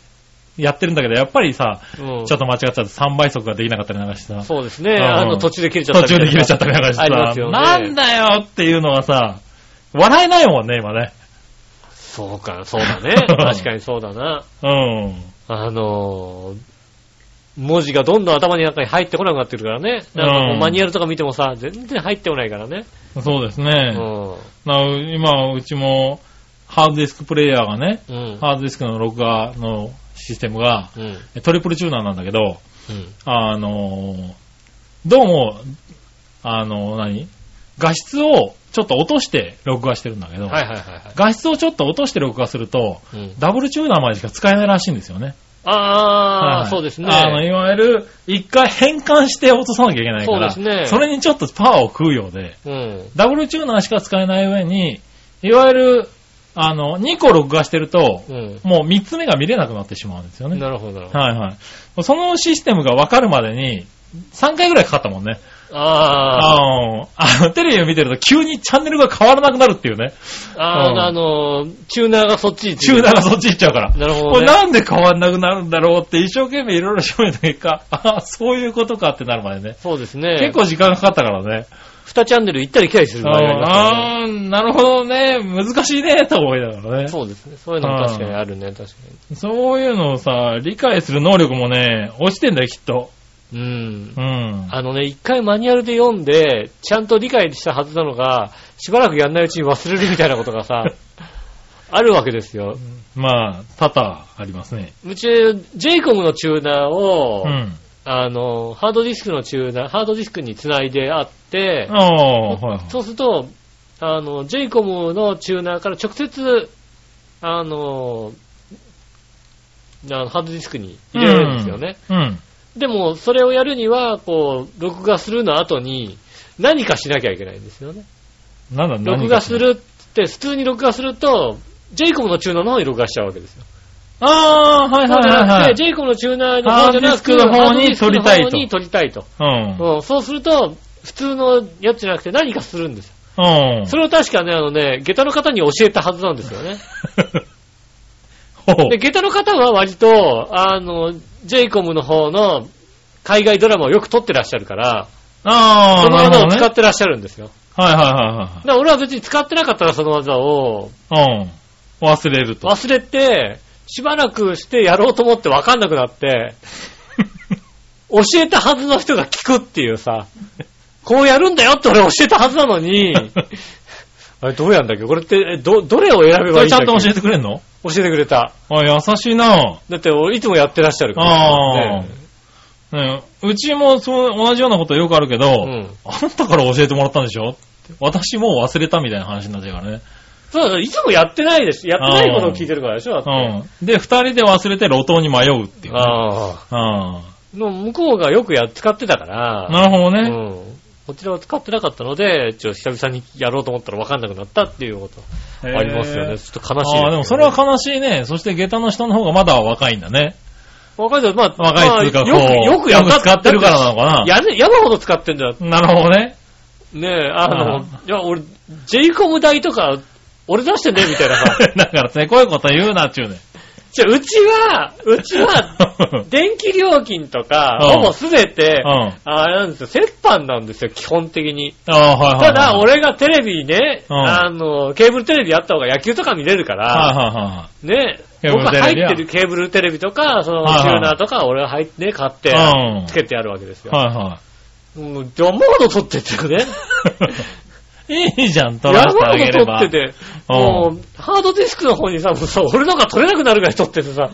やってるんだけど、やっぱりさ、うん。ちょっと間違っちゃって3倍速ができなかったりなんかしてさ、そうですね、うんあの、途中で切れちゃった途中で切れちゃったりなんかしてありまさ、すよね。なんだよっていうのはさ、笑えないもんね、今ね。そうか、そうだね。確かにそうだな。うん。あのー、文字がどんどん頭の中に入ってこなくなってくるからね。なんかこううんマニュアルとか見てもさ、全然入ってこないからね。そうですうね。ん。な今、うちも、ハードディスクプレイヤーがね、うん。ハードディスクの録画のシステムが、うん。トリプルチューナーなんだけど、うん。あのーどうも、あのー何画質をちょっと落として録画してるんだけど、はいはいはいは画質をちょっと落として録画すると、い。うん。ダブルチューナーまでしか使えないらしいんですよね。あー、はいそうですね。あの、いわゆる、一回変換して落とさなきゃいけないから、そうですねれにちょっとパワーを食うようで、うん。ダブルチューナーしか使えない上に、いわゆる、あの、2個録画してると、うん。もう3つ目が見れなくなってしまうんですよね。なるほどなるほど。はいはい。そのシステムが分かるまでに、3回ぐらいかかったもんね。あー、あのあの、テレビを見てると急にチャンネルが変わらなくなるっていうね。あうんーあのー、チューナーがそっちに。チューナーがそっち行っちゃうから。なるほこどね。れなんで変わんなくなるんだろうって一生懸命いろいろ調べた結果、ああ、そういうことかってなるまでね。そうですね。結、構時間かかったからね。二チャンネル行ったり来たりする場合がありますからねああー、なるほどね。難しいね、と思いながらね。そうですね。そういうのも確かにあるね、確かそういうのをさ、理解する能力もね、落ちてんだよ、きっと。に。うんう。ん。あのね、一回マニュアルで読んで、ちゃんと理解したはずなのが、しばらくやんないうちに忘れるみたいなことが (laughs) さ、あるわけですよ。まあ、多々ありますね。うち、ジェイコムのチューナーを、うん。あの、ハードディスクのチューナー、ハードディスクにつないであって、ああ、はいはい。そうすると、あの、ジェイコムのチューナーから直接、あの、あのハードディスクに入れられるんですよね。うん。でも、それをやるには、こう、録画するの後に、何かしなきゃいけないんですよね。なんだ、何録画す。るって、普通に録画すると、ジェイコムのチューナーの方に録画しちゃうわけですよ。ああ、はいはいはいはで、ジェイコムのチューナーの方じゃなくハードディスクの方に撮りたハいとードディスクの方に撮りたいと。い。うんそうすると、普通のやつじゃなくて何かするんですよ。うん。うん。それを確かね、あのね、下駄の方に教えたはずなんですよね。ほうで、下駄の方は割と、あの、ジェイコムの方の海外ドラマをよく撮ってらっしゃるから、あそあ、のなる技ほどをね。使ってらっしゃるんですよ。はいはだから俺は別に使ってなかったらその技をいはいはい。うん。忘れると。忘れて、しばらくしてやろうと思ってわかんなくなっ (laughs) て、教えたはずの人が聞くっていうさ、こうやるんだよって俺教えたはずなのに、 (laughs) あれどうやんだっけこれって、えど、どれを選べそばいいんれちだゃっけんと教えてくれんの教えてくれた。あ、優しいなだって俺いつもやってらっしゃるから。ああねねうちもそう、同じようなことよくあるけど、うんあんたから教えてもらったんでしょって私もう忘れたみたいな話になっちゃうからね。そうだ、いつもやってないでしょ。やってないことを聞いてるからでしょだって。うん。で、二人で忘れて路頭に迷うっていうね、あああ。の、向こうがよくやっ使ってたから、あ。なるほどうね。ん。こちらは使ってなかったので、ちょ、久々にやろうと思ったら分かんなくなったっていうことへーありますよね。ちょっと悲しいすよね。ああ、でもそれは悲しいね。そして下駄の人の方がまだ若いんだね。若い人、まあ、若いっていうか、こう、まあよく、よくやよく使ってるからなのかやる、やるほど使ってんだよ。な。なるほどね。ねえ、あの、あいや、俺、ジェイコム代とか、俺出してね、みたいな (laughs) さ。だからせこいこと言うなっ (laughs) ちゅうね。じゃあうちは、うちは、電気料金とか、うんほぼすべて、うん。ああれなんですよ、折半なんですよ、基本的に。あ、はいはいはい。ただ、俺がテレビね、うんあの、ケーブルテレビやった方が野球とか見れるかはいら、はいはね、ケーブ僕ルテがレ入ビっやてるケーブルテレビとか、そのはいはいチューナーとか、俺は入ってね、買ってうん、つけてやるわけですい。よ。はいはもう、山ほど撮ってってね。い。いいじゃん、 (laughs) 取山らせほてあげど撮れば。ってて、うんもう、ハードディスクの方にさ、もうさ、俺なんか撮れなくなるぐらい撮っててさ、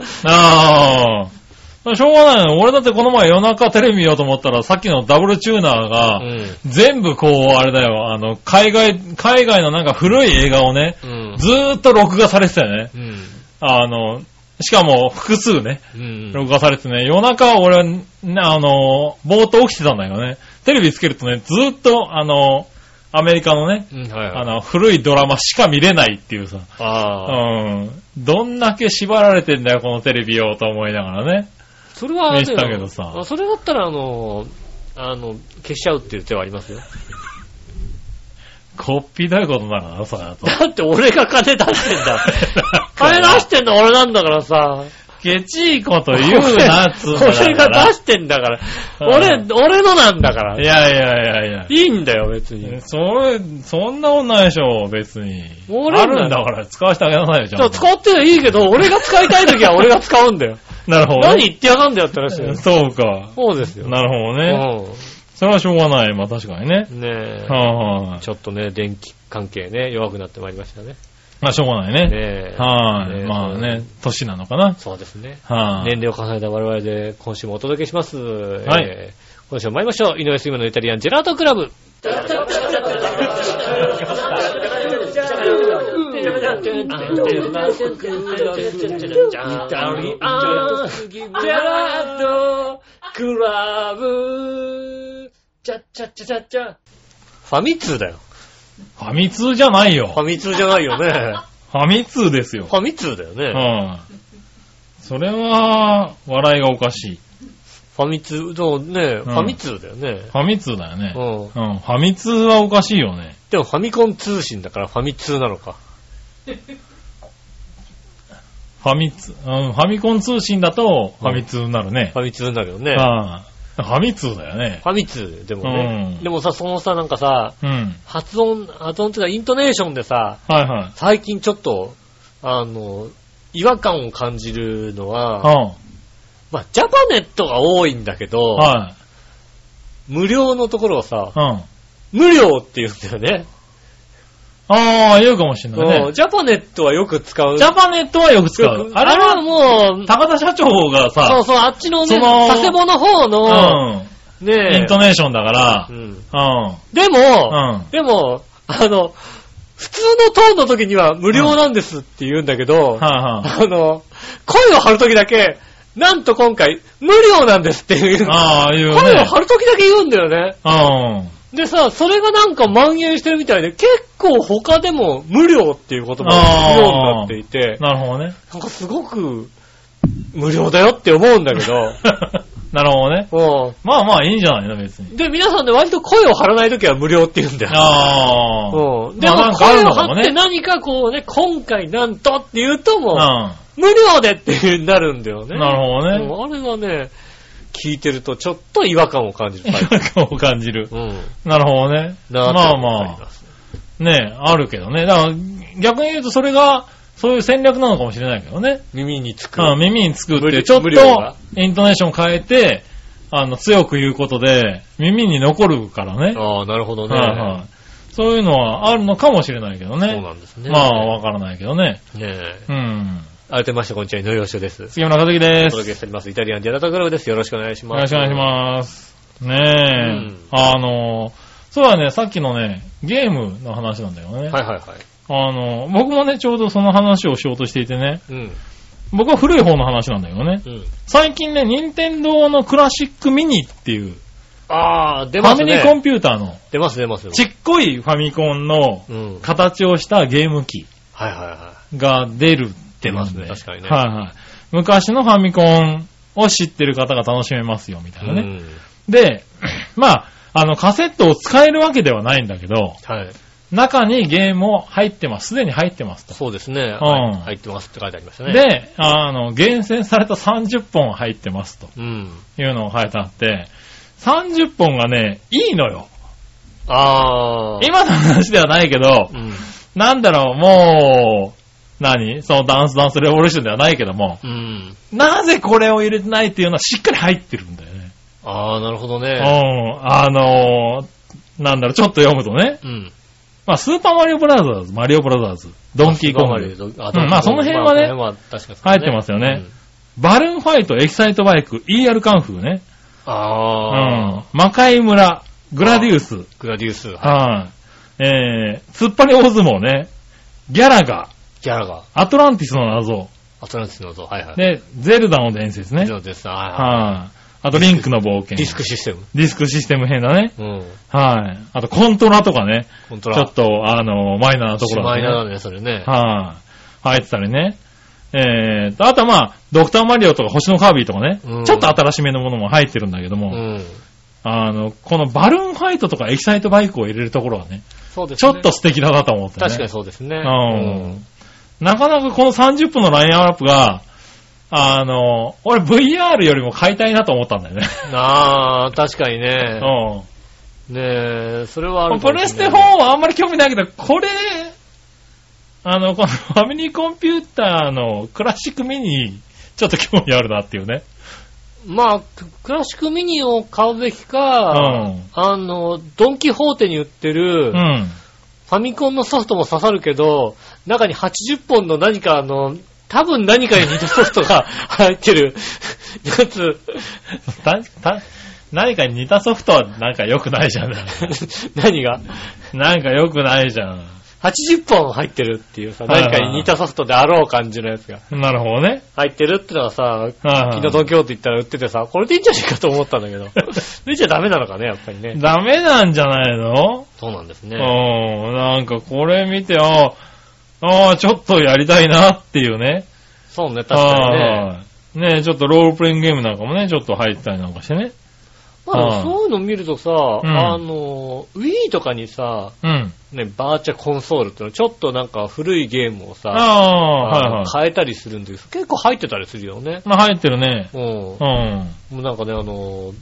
ああ。しょうがないの。俺だってこの前夜中テレビ見ようと思ったら、さっきのダブルチューナーが、うん全部こう、あれだよ、あの、海外、海外のなんか古い映画をね、うん。ずーっと録画されてたよね。うん。あの、しかも複数ね、 (laughs) うん。録画されてね、夜中俺、ねあの、ぼーっと起きてたんだけどね、テレビつけるとね、ずーっと、あの、アメリカのね、うんはいはいあの、古いドラマしか見れないっていうさ、うああ。ん。どんだけ縛られてんだよ、このテレビを、と思いながらね。それはあれだよ見せたけどさあそれだったら、あの、あの、消しちゃうっていう手はありますよ。こっぴどいことなのな、(laughs) さ、と。だって俺が金出してん (laughs) だ。金金出してんの俺なんだからさ。ケチいこと言うな、つうのだから俺が出してんだから。俺、う俺のなんだから。いいやいやいやいいんだよ、別にや。。それ、そんなもんないでしょ、別に。俺あるんだから使わせてあげなさいよ、ちだかゃらんと。使ってりゃいいけど、俺が使いたい時は俺が使うんだ (laughs) よ。なるほど。何言ってやがんだよって話だよ。そうか。そうですよ。なるほどうね。それはしょうがない。まあ確かにね。ん。ねえ。はいはい。ちょっとね、電気関係ね、弱くなってまいりましたね。まあしょうがないね。ねえ。はい。えまあね、年なのかな。そうですね。はい。年齢を重ねた我々で今週もお届けします。はいえー今週も参りましょう。井上杉村のイタリアンジェラートクラブ。ファミ通だよ。ファミ通じゃないファよ。ミ通じゃないよね。 (laughs) ファミ通ですよフ。ァミ通だようね。ん。それは、笑いがおかしい。ファミ通、そうね、ファミ通だよね。ファミ通だよね。うん。うん。ファミ通はおかしいよね。でもファミコン通信だからファミ通なのか。ファミツ、うん、ファミコン通信だとファミ通になるねフ。ァミ通になるよね。ああファミ通だよね。ファミ通でもね。うんでもさ、そのさ、なんかさ、うん。発音、発音っていうか、イントネーションでさ、はいはい。最近ちょっと、あの、違和感を感じるのは、うまあ、ジャパネットが多いんだけどん。、は無料のところをさい。、うん。あ無料って言うんだよね。あ、言うかもしんないうんね。ジャパネットはよく使う。ジャパネットはよく使ようく。あれあれはは、もう、高田社長そがさう、そう、あっちのね、その佐世保の方うの、ん。イねントネーションだかうんら、うん。でも、うん。でも、あの、普通のトーンの時には無料なんですって言うんだけど、はいはい。あの、声を張る時だけ、なんと今回、無料なんですっていう。ああ、言う声をね。張る時だけ言うんだよね。うん。でさ、それがなんか蔓延してるみたいで、結構他でも無料っていう言葉が聞くようになっていて、なるほどね。 (laughs) なんかすごく無料だよって思うんだけど、 (laughs) なるほどね。うまあまあいいんじゃないの別に。ん。で、皆さんね、割と声を張らないときは無料って言うんだよ。ああ。うん。でもまあなんかあ声るをのか張もっねて何かこうね、今回なんとって言うともうう、ん。無料でってなるんだよね。なるほどね。ほどね。あれはね、聞いてるとちょっと違和感を感じる (laughs) 違。和感を感じる。うん。なるほどね。まなぁあと思っまたりあだ、すねあるけどね。だから、逆に言うとそれが、そういう戦略なのかもしれないけどね。耳につく。うん、耳につくっ無理て、ちょっ無理だと、イントネーション変えて、あの、強く言うことで、耳に残るからね。ああ、なるほどね。はいはい。そういうのはあるのかもしれないけどそうね。なんですね。まあ、わからないけどね。ねえ。うん。改めまして、こんにちは、井上洋です。お杉村和樹です。届けしております。イタリアンジェラートクラブです。よろしくお願いしよます。ろしくお願いしす。ます。ねえ、うんあの、そうだね、さっきのね、ゲームの話なんだよはね。いはいはい。あの、僕もね、ちょうどその話をしようとしていてね、うん。僕は古い方の話なんだけどね、うん。最近ね、任天堂のクラシックミニっていう、ああ、出フまァすミね。リーコンピューターの、出ます出ます。ちっこいファミコンのうん。はい形をしたゲーム機はいはが出るって出なまんすでね確かにねはいはい。昔のファミコンを知ってる方が楽しめますよ、みたいい。なね。うん。で、まあ、あの、カセットを使えるわけではないんだけど、はい。中にゲームを入ってます。すでに入ってますと。そうですね。ん入ってますって書いてありましたね。、で、あの、厳選された30本入ってますとうん。いうのを書いてあって、30本がね、いいのよ。ああ。今の話ではないけどう、ん。なんだろう、もう、何そのダンスダンスレボリューションではないけども、うん。なぜこれを入れてないっていうのはしっかり入ってるんだよね。ああ、なるほどうね。ん。あのー、なんだろう、ちょっと読むとね、うん。まあ、スーパーマリオブラザーズ、マリオブラザーズ、ドンキーコング、グうんまあその辺はね入ってますよね。バルーンファイト、エキサイトバイク、ER カンフーね、うああ、ん、魔界村、グラディウス、グラディウス、はいはい、えー、突っ張り大相撲ね、ギャラガ、ギャラが、アトランティスの謎、アトランティスの像、はいはい。で、ゼルダの伝説ね以、上です。はいはいはい、あとリンクの冒険、ディスクシステム。ディスクシステム編だね、うん。はい、あとコントラとかね、コントちょラっ。と、あの、マイナーなとこしろまだいねなのね、それね。はい、入ってたりね。えーと、あとはまあ、ドクターマリオとか星のカービィとかね、うんちょっと新しめのものも入ってるんだけどうも、ん。あの、このバルーンファイトとかエキサイトバイクを入れるところはね、そうですちね。ょっと素敵だなと思って、ね。確かにそうですね。うん。なかなかこの30分のラインアップが、あの、俺 VR よりも買いたいなと思ったんだよね。うん。ああ、確かにね。うねえ、それはあるん。かプもレしスれなテい4はあんまり興味ないけど、これ、あの、このファミリーコンピューターのクラシックミニ、ちょっと興味あるなっていうね。まあ、クラシックミニを買うべきうか、ん。あの、ドンキホーテに売ってうる、ん。ファミコンのソフトも刺さるけど、中に80本の何かあの、多分何かに似たソフトが (laughs) 入ってるやつ、た、た、何か似たソフトはなんか良くないじゃん。何がなんか良くないじゃん。 ?80 本入ってるっていうさ、はいはい何かに似たソフトであろう感じのやつがなるほどね。入ってるってのはさ、はい昨日東京って言ったら売っててさ、これでいいんじゃないかと思ったんだけ (laughs) ど、出ちゃダメなのかね、やっぱりね。ダメなんじゃないのそうなんですうね。ん。なんかこれ見て、ああ、ああ、ちょっとやりたいなっていうね。そうね、確かにね。はいねえ、ちょっとロールプレイングゲームなんかもね、ちょっと入ったりなんかしてね。まうあ、んそういうの見るとさ、んあの、Wii とかにさ、うん。ね、バーチャコンソールってのはちょっとなんか古いゲームをさ、ああ、あのはいは変えたりするんです結構入ってたりするよねい。。まあ入ってるね。うん。もうん。うなんかね、あの、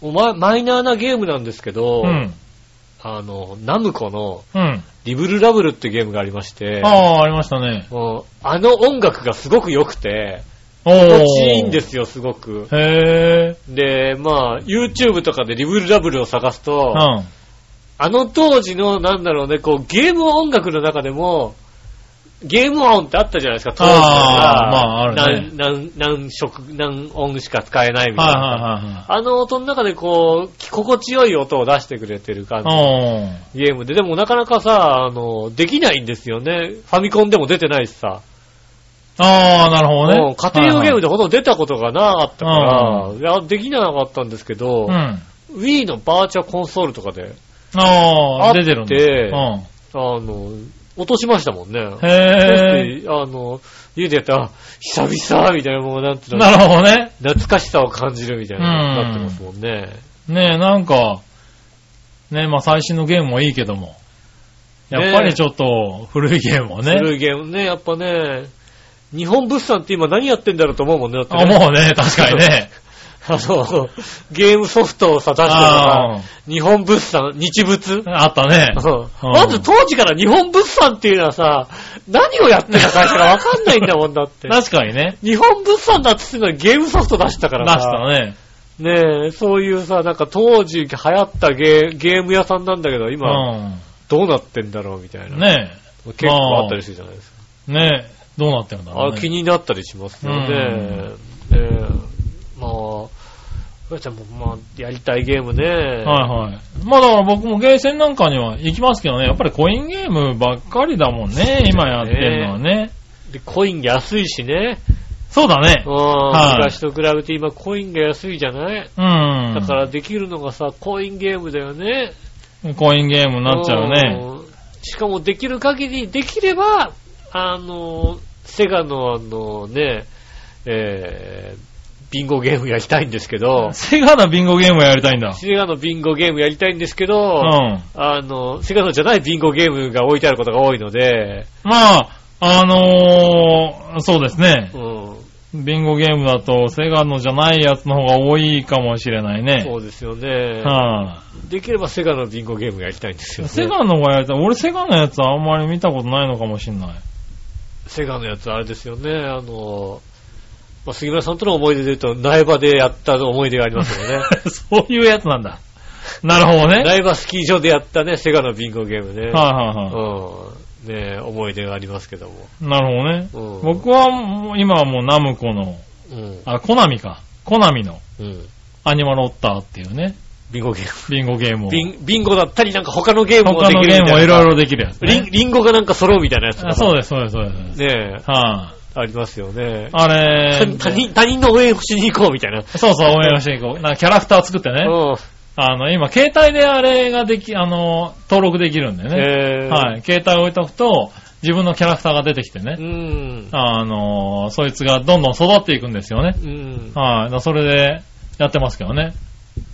おま、マイナーなゲームなんですけど、うん。あの、ナムコのうん。リブルラブルってゲームがありましてあ、あ、ありましたね。もうあの音楽がすごく良くて、おお。気持ちいいんですよ、すごく。へえ。で、まあ、YouTube とかでリブルラブルを探すうと、ん。あの当時の、なんだろうね、こう、ゲーム音楽の中でも、ゲーム音ってあったじゃないですか、当時はあーまああるね何、何、何色、何音しか使えないみたいはいな。はいはいはい。あの音の中でこう、心地よい音を出してくれてる感じ。おーゲームで。でもなかなかさ、あの、できないんですよね。ファミコンでも出てないしさ。ああ、なるほどうんね。家庭用ゲームで。でほとんど出たことがなかったからう、いや、できなかったんですけど、うん。 Wii のバーチャコンソールとかで、あああ、って出てるんだ。うん。あの、落としましたもんね。へだってあの、家でやったら、あ久々みたいなもうなんていうのえ。なるほどね。懐かしさを感じるみたいな、なっうんてますもんね。ねえ、なんか、ねえ、まあ最新のゲームもいいけども。やっぱりちょっと古いゲームをね。古いゲームね、やっぱね、日本物産って今何やってんだろうと思うもんね、だってあ、ね。もうね、確かにね。 (laughs) あの、ゲームソフトをさ、出してるのあが、日本物産、日物あったね。うんまず当時から日本物産っていうのはさ、何をやってた会社かわかんないんだもんだって。確かにね。日本物産だっつってんのにゲームソフト出したか出らさ。したね。ねえ、そういうさ、なんか当時流行ったゲーゲーム屋さんなんだけど、う今ん。どうなってんだろうみたいな。ね結構あったりするじゃないですか。え。ねえ。どうなってるんだろあうね。気になったりしますよね。ねえ、まあ、ふやちゃんも、まあ、やりたいゲームね。はいはい。まあだから僕もゲーセンなんかには行きますけどね、やっぱりコインゲームばっかりだもんね、今やってるのはね。で、コイン安いしね。そうだねう。ん、い昔と比べて今コインが安いじゃないうん。だからできるのがさ、コインゲームだよね。コインゲームになっちゃうね。うん。しかもできる限り、できれば、あの、セガのあのね、えー、ビンゴゲームやりたいんですけど、セガのビンゴゲームやりたいんだ。セガのビンゴゲームやりたいんですけうど、ん。あの、セガのじゃないビンゴゲームが置いてあることが多いので、まあ、あのー、そうですねう。ん、ビンゴゲームだと、セガのじゃないやつの方が多いかもしれないね。そうですよね、はあ、できればセガのビンゴゲームやりたいんですよね。セガの方がやりたい。俺セガのやつあんまり見たことないのかもしれ (laughs) ない。セガのやつあれですよね、あの、まあ、杉村さんとの思い出で言うと、苗場でやった思い出がありますよ (laughs) ね。そういうやつなんだ。なるほどね。はい、ライバースキー場でやったね、セガのビンゴゲームね。はいうはい。ん。ねえ思い出がありますけども。なるほどね。うん僕はもう今はもうナムコの、うん。あ、コナミか。コナミのうん。アニマルオッターっていうね、ビンゴゲーム。ビンゴゲームを。ビン、ビンゴだったり、なんか他のゲームも他できるのみゲたーいな。ムをいろいろできるやつ、リンね。リンゴがなんか揃うみたいなやつとかあそうです、そうです、そうです。ねえ、はありますよねい。。あれ他人、他人の応援をしに行こうみたいな。そうそう、応援をしていこう。なんかキャラクター作ってね。うん。あの、今、携帯であれができ、あの、登録できるんだよね。ええ。はいい。携帯置いとくと、自分のキャラクターが出てきてね。うん。あの、そいつがどんどん育っていくんですよね。うん。はい。だからそれで、やってますけどね。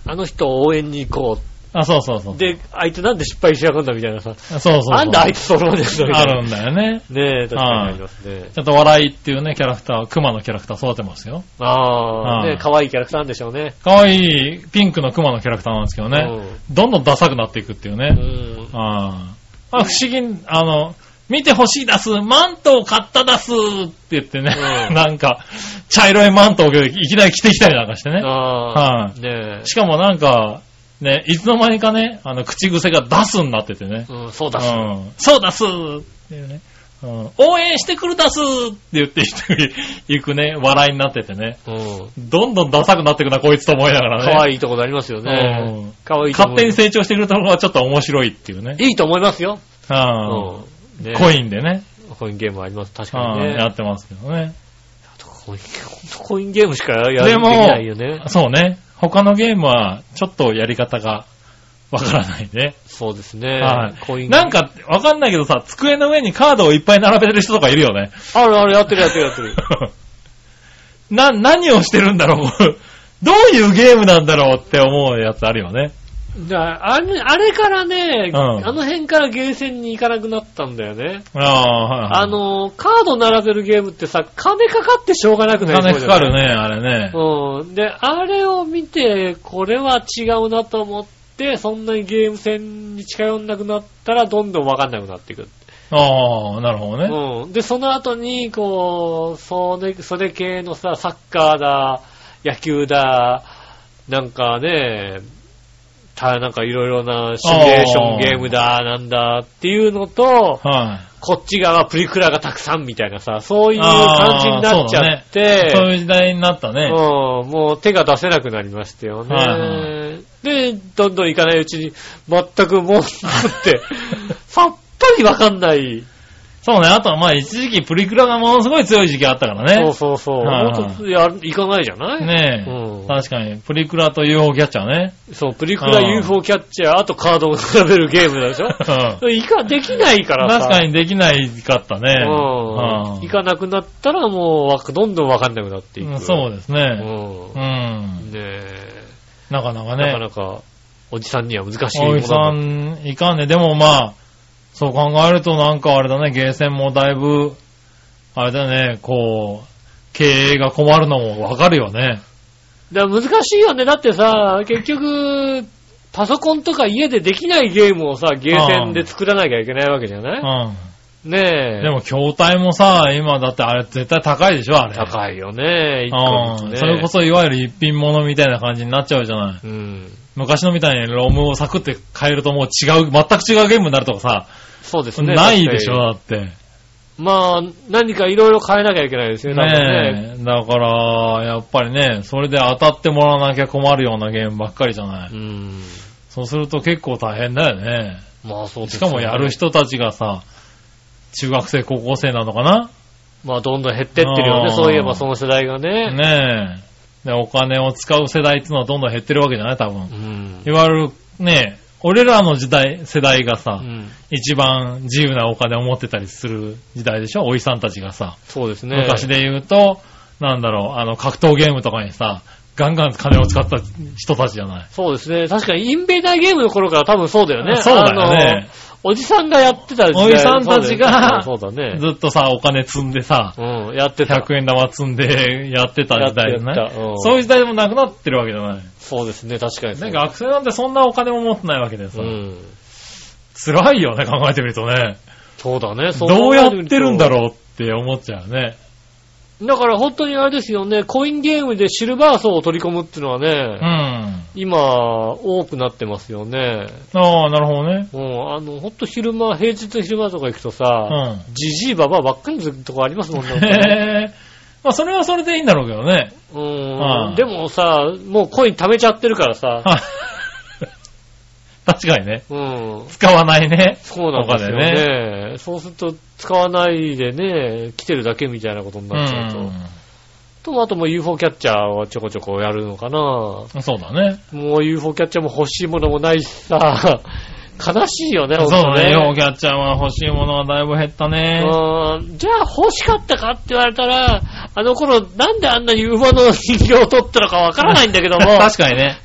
あの人を応援に行こあ、そうそうそうう。。で、相手なんで失敗しやがんだみたいなさ。そうそうそう。なんであいつ揃うんですみたあいなるんだよね。ねえ、確かにありますね。ちょっと笑いっていうね、キャラクター、クマのキャラクター育てますよ。ああ、うんね可愛いキャラクターなんでしょうね。かわいい、ピンクのクマのキャラクターなんですけどね。どんどんダサくなっていくっていううね。ん。ああ。あ、不思議、あの、見てほしいだす、マントを買っただすって言ってね、うんなんか、茶色いマントをいきなり着てきたりなんかしてね。ああは、いねえ。しかもなんか、ね、いつの間にかね、あの、口癖が出すになっててね。うん、そううだ、ん。そうだすっていうね。うん、応援してくるだすって言って一人行くね、笑いになっててね。うん。どんどんダサくなってくな、こいつと思いながらね。可愛いとこでありますようねん。可愛いとこ勝手に成長してくるところがちょっと面白いっていうね。いいと思いますよ。うん。うん。ねコインでね。コインゲームあります。確かにはいやね。ってますけどね。コインコインゲームしかやでるもできないよね。そうね。他のゲームは、ちょっとやり方が、わからないね。そうですねは。コイい。ンなん、か、わかんないけどさ、机の上にカードをいっぱい並べてる人とかいるよね。 (laughs) あるある、やってるやってるやってる。な、何をしてるんだろう (laughs) どういうゲームなんだろうって思うやつあるよね。だからあれあれからね、うんあの辺からゲーセンに行かなくなったんだよね。ああ、あはいはい。の、カード並べるゲームってさ、金かかってしょうがなくない金かかるね、あれね。うん。で、あれを見て、これは違うなと思って、そんなにゲーム戦に近寄んなくなったら、どんどんわかんなくなっていく。ああ、なるほどね。うん。で、その後に、こう、それ、それ系のさ、サッカーだ、野球だ、なんかね、た、なんかいろいろなシミュレーションゲームだ、なんだっていうのと、はこっち側プリクラがたくさんみたいなさ、そういう感じになっちゃって、い。そういう時代になったね。うん、もう手が出せなくなりましたよね。はいで、どんどん行 (laughs) かないうちに、全くもう、って、さっぱりわかんないそうね、あとはまあ一時期プリクラがものすごい強い時期あったからそうね。そうそう。はいはいもっとやるいかないじゃないねえ、うん確かに、プリクラと UFO キャッチャーね。そう、プリクラうん UFO キャッチャー、あとカードを並べるゲームでし (laughs) ょ確いか、できないからさ。かにできないかったうね。ん。行かなくなったらもうわ、どんどんわかんなくなっていうんく。そうですね。う。うんん。ねえ。なかなかなかね。なか、おじさんには難しいもおのじさん、いかんね。でもまあ、そう考えるとなんかあれだね、ゲーセンもだいぶ、あれだね、こう、経営が困るのもわかるよね。だから難しいよね。だってさ、結局、パソコンとか家でできないゲームをさ、ゲーセンで作らなきゃいけないわけじゃうないん。ねえ。でも、筐体もさ、今だってあれ絶対高いでしょ、あれ。高いよね。一個うずん。つそね。れこそいわゆる一品物みたいな感じになっちゃうじゃなうい。ん。昔のみたいにロムをサクって変えるともう違う、全く違うゲームになるとかさ、そうですね。ないでしょ、確かだって。に。まあ、何かいろいろ変えなきゃいけないですよね。多分ねねえ。だから、やっぱりね、それで当たってもらわなきゃ困るようなゲームばっかりじゃない。うん。そうすると結構大変だよね。まあそうですしよかもやる。人たちがさ、中学生、高校生なのかなまあどんどん減ってってるよあね。ーそういえばその世代がね。ねえ。で、お金を使う世代っていうのはどんどん減ってるわけじゃない多う分。んい。わゆる、ねえ、俺らの時代、世代がさ、うん一番自由なお金を持ってたりする時代でしょおじさんたちがさ。そうですね。昔で言うと、なんだろう、あの、格闘ゲームとかにさ、ガンガン金を使った人たちじゃない。そうですね。確かにインベーダーゲームの頃から多分そうだよね。そうだよねあの。おじさんがやってた時代おじさんたちがそうだね。ずっとさ、お金積んで (laughs) さ、うん、やってた。 100円玉積んでやってた時代やじゃっなてたういんそういう時代でもなくなってるわけじゃない。そうですね、確かにそう。ね、学生なんてそんなお金も持ってないわけでさう、ん。辛いよね、考えてみるとね。そうだね、そどうやってるんだう考ろうって思っちゃうね。えると。だから本当にあれですよね、コインゲームでシルバー層を取り込むっていうのはうね、ん。今、多くなってますよね。ああ、なるほどね。うん、あの、ほんと昼間、平日の昼間とか行くとさ、うじじいばばばっかりのとこありますもんん。ね。へえ。まあ、それはそれでいいんだろうけどね。 (laughs) ううんん、でもさ、もうコイン貯めちゃってるからさ、はい確かにね。うん。使わないね。そうなんですよ他でね。そうすると、使わないでね、来てるだけみたいなことになっちゃうと。と、あともう UFO キャッチャーはちょこちょこやるのかな。もうんそうだね。う UFO キャッチャーも欲しいものもないしさ、 (laughs) 悲しいよね、そうほんだとね。ようキャッチャーは欲しいものはだいぶ減ったね。うんじゃあ欲しかったかって言われたら、あの頃なんであんなに馬の人形を取ったのかわからないんだけども、。(laughs) (laughs) 確かにね。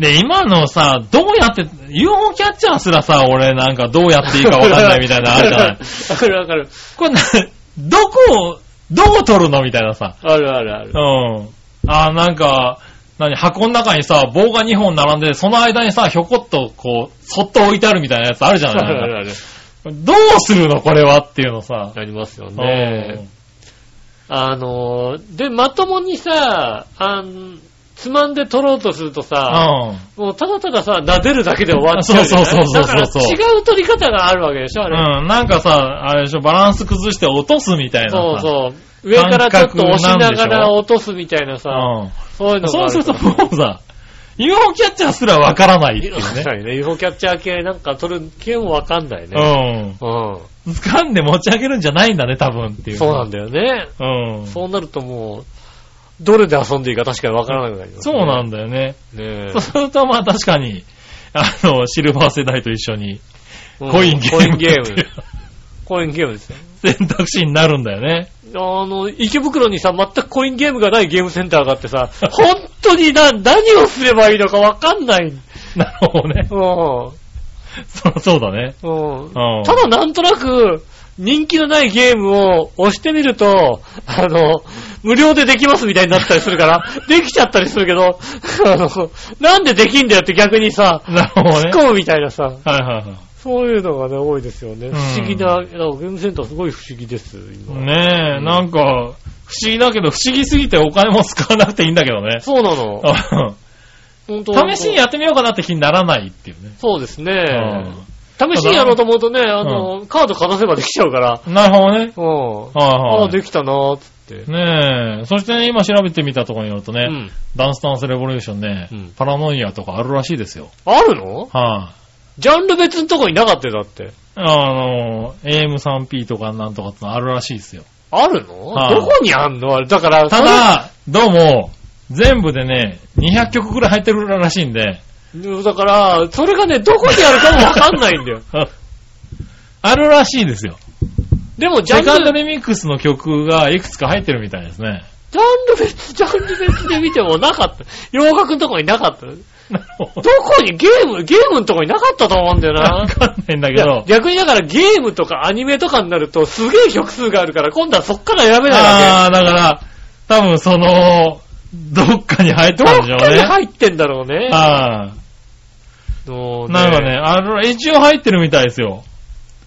で、今のさ、どうやって、UFO キャッチャーすらさ、俺なんかどうやっていいかわかんないみたいなのあるじゃない (laughs) わかるわかる。これな、どこを、どう取るのみたいなさ。あるあるあるう。ん。あー、なんか、何、箱の中にさ、棒が2本並んで、その間にさ、ひょこっと、こう、そっと置いてあるみたいなやつあるじゃあるあなる (laughs) いある。どうするのこれはっていうのさ。ありますよね。あのー、で、まともにさ、あん、つまんで取ろうとするとうさ、ん。うん。もうただたださ、撫でるだけで終わっちゃうじゃない。そうそうそうそうそうだから違う取り方があるわけでしょ、あれ。うん、なんかさ、あれでしょ、バランス崩して落とすみたいなさ。そうそう。上からちょっと押しながら落とすみたいなさ、そういううのん。がそあうるかするらともうさ、UFO キャッチャーすらわからないって (laughs) いう確ね。かにね、UFO キャッチャー系なんか取る系もわかんないね。ううん。ん。掴んで持ち上げるんじゃないんだね、多分っていう。そうなんだよね。うん。そうなるともう、どれで遊んでいいか確かにわからなくなりますそね、うなんだよね。ねえ (laughs) そうすると、まあ確かに、あの、シルバー世代と一緒に、うんコインゲーム。コインゲーム。コインゲームですよ。 (laughs) 選択肢になるんだよね。あの、池袋にさ、全くコインゲームがないゲームセンターがあってさ、 (laughs) 本当にな、何をすればいいのかわかんない。なるほどね。うん。そうそうだね。うんうん。ただなんとなく、人気のないゲームを押してみると、あの、無料でできますみたいになったりするから、 (laughs) できちゃったりするけど、 (laughs) あの、なんでできんだよって逆にさ、なるほどね突っ。込むみたいなさ、はいはいはい。そういうのがね、多いですよね。ん不思議な、なんかゲームセンターすごい不思議です、今。ねえ、うんなんか、不思議だけど、不思議すぎてお金も使わなくていいんだけどね。そうなの。本当試しにやってみようかなって気にならないっていうね。そうですね。う試しにやろうと思うとね、あの、カードかざせばできちゃうから、んなるほどね。うん。はいあはあ、い。できたなーっつって。ねえ、そしてね、今調べてみたところによるとね、うんダンスダンスレボリューションね、うんパラノイアとかあるらしいですよ。あるのはジャンル別のとこになかったよ、だって。あの、AM3P とかなんとかってのあるらしいですよ。あるの、はいどこにあんのあれだから、ただ、どうも、全部でね、200曲くらい入ってるらしいんで、 (laughs) それ、だから、それがね、どこにあるかもわかんないんだ (laughs) よ。あるらしいですよ。でも、ジャセンカンドル、リミックスの曲がいくつか入ってるみたいですね。ジャンル別、ジャンル別で見てもなかった。洋楽のとこになかった。どなるほど。こにゲーム、ゲームのとこになかったと思うんだよわな。かんないんだいけやど。逆にだからゲームとかアニメとかになるとすげえ曲数があるから今度はそっから選べないわああ、だから、多分その、どっかに入っけ。どたんでしっょうかにね。入ってんだろうね。あもあ。うなんかね、あの、一応入ってるみたいですよ。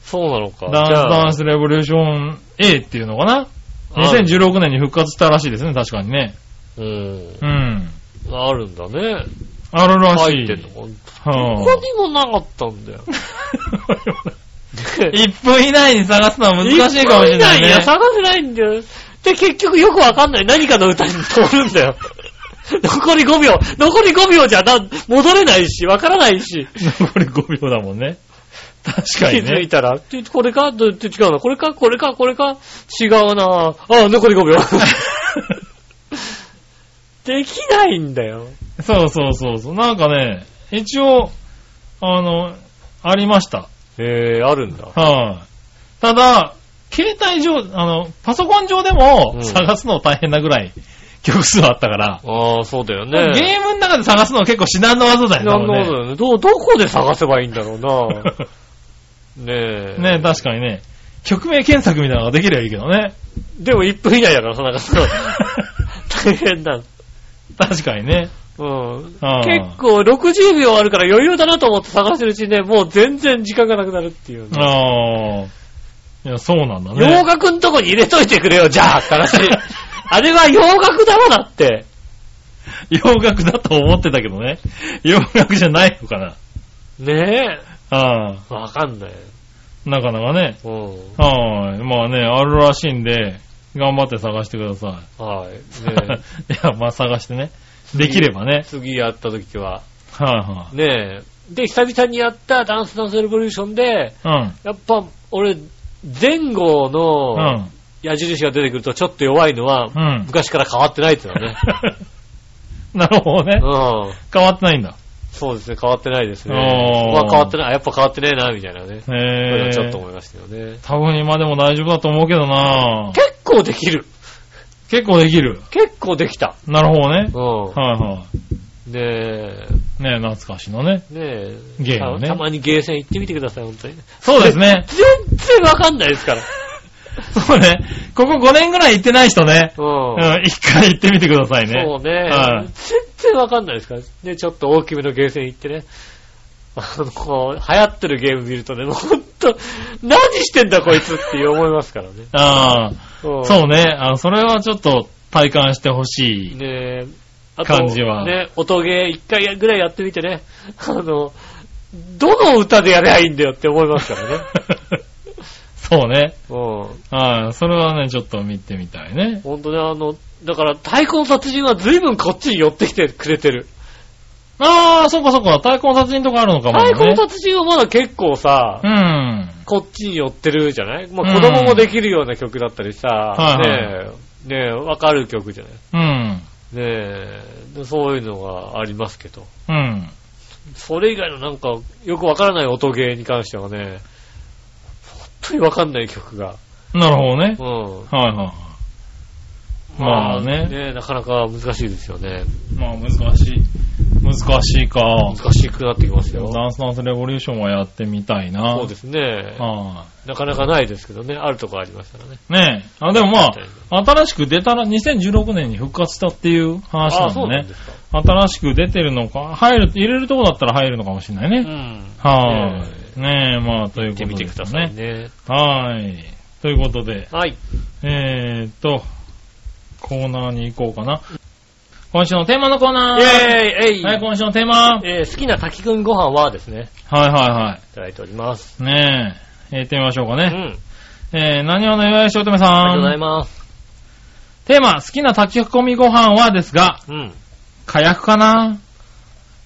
そうなのか。ダンスじゃあダンスレボリューション A っていうのかなある ?2016 年に復活したらしいですね、確かにね。うん。うん。あるんだね。あるらし入い。ってんのか。はこあ (laughs) こにもなかったんだよ。ね1分以内に探すのは (laughs) 難しいかもしれない一個以内にはね。探せないんだよ。で、結局よくわかんない。何かの歌に通るんだ (laughs) よ。残り5秒。残り5秒じゃな、戻れないし、わからないし。残り5秒だもんね。確か気にづ (laughs) ねい。たら、ちこれかど違うな。これかこれかこれか違うな。あ、残り5秒。できないんだよ。そうそうそうそう。なんかね、一応、あの、ありました。えー、あるんだ。はい、ただ、携帯上、あの、パソコン上でうもん探すの大変なぐらい (laughs) 曲数あったから、ああ、そうだよね。ゲームの中で探すのは結構至難の技だよね。なんだろうね。ど、どこで探せばいいんだろう多 (laughs) な。分ねねえ。ね確かにね。曲名検索みたいなのができればいいけどね。でも1分以内だからさ、なんか (laughs) そう。大変だ。確かにね。うん。あー結構60秒あるから余裕だなと思って探してるうちにね、もう全然時間がなくなるっていうね、ああ。いや、そうなんだ洋ね。楽んとこに入れといてくれよ、じゃあって話。 (laughs) あれは洋楽だろだって。洋楽だと思ってたけどね。洋楽じゃないのかな。ねああ。え。わかんない。なかなかね。うん。はい。まあね、あるらしいんで、頑張って探してくださはい。い。 (laughs) ね (laughs) いや、まあ探してね。できればえね。次やった時は。はねえ。で、久々にやったダンスダンスレボリューションで、いはい。やっぱ俺、前後うん。うのん。矢印が出てくるとちょっと弱いのは、うん昔から変わってないっていうのはね。 (laughs) なるほどね。 (laughs) うん。変わってないんだ。そうですね、変わってないですね。こおーこは変わってない、あやっぱ変わってねえな、みたいなね。そういうのへはえ。ちょっと思いましたよね。多分今でも大丈夫だと思うけどな結構できる。結構できる。結構できた。なるほどね。うはいはん。で、い。ね懐かしのね。ねえ。ゲームたねたまにゲーセン行ってみてください、本当に。そうですね。 (laughs) 全然わかんないですから。そうね。ここ5年ぐらい行ってない人ね。う。(laughs) うんん、一回行ってみてくださいね。そうねはい。全然わかんないですから。ね、ちょっと大きめのゲーセン行ってね。あの、こう、流行ってるゲーム見るとね、もうほんと、何してんだこいつって思いますからね。あうあ、んそうね。あの、それはちょっと体感してほしい。ねえ、あと、感じはね、音ゲー一回ぐらいやってみてね、あの、どの歌でやればいいんだよって思います (laughs) からね。 (laughs) そうね。うはい。それはね、ちょっと見てみたいねん。。ほんとね、あの、だから、太鼓の達人は随分こっちに寄ってきてくれてる。ああ、そっかそっか。太鼓の達人とかあるのかも、ね。太鼓の達人はまだ結構さ、うん。はいこっちに寄ってるじゃないまあ子供もできるような曲だったりさ、うんねえ、ねえ、わかる曲じゃないねうん。え、でそういうのがありますけど。うん。それ以外のなんか、よくわからない音ゲーに関してはね、本当にわかんない曲が。なるほどねう。ん。はいはいはい。まあねねなかなか難しいですよね。まあ難しい。難しいか。難しくなってきますよ。ダンスダンスレボリューションはやってみたいな。そうですね。はなかなかないですけどね、あるとこありましたらね。い。ねえ。あ、でもまあ、新しく出たら、2016年に復活したっていう話あなあ、そんうでなんねで。すか。新しく出てるのか、入る、入れるとこだったら入るのかもしれないね。うん。はーい。ねえ、まあ、という見こてとで、ね。みてください。ね。はーい。ということで、はい。えーっと、コーナーに行こうかな。今週のテーマのコーイナェーイーえいはい、今週のテーマはいえー好きな炊き込みご飯はですね、はいはいただいております。い。ねえ、えー行ってみましょうかうね。ん。えー、何をの岩井しおとめさあん。りがとうございます。テーマ、好きな炊き込みご飯はですが、うん。火薬かな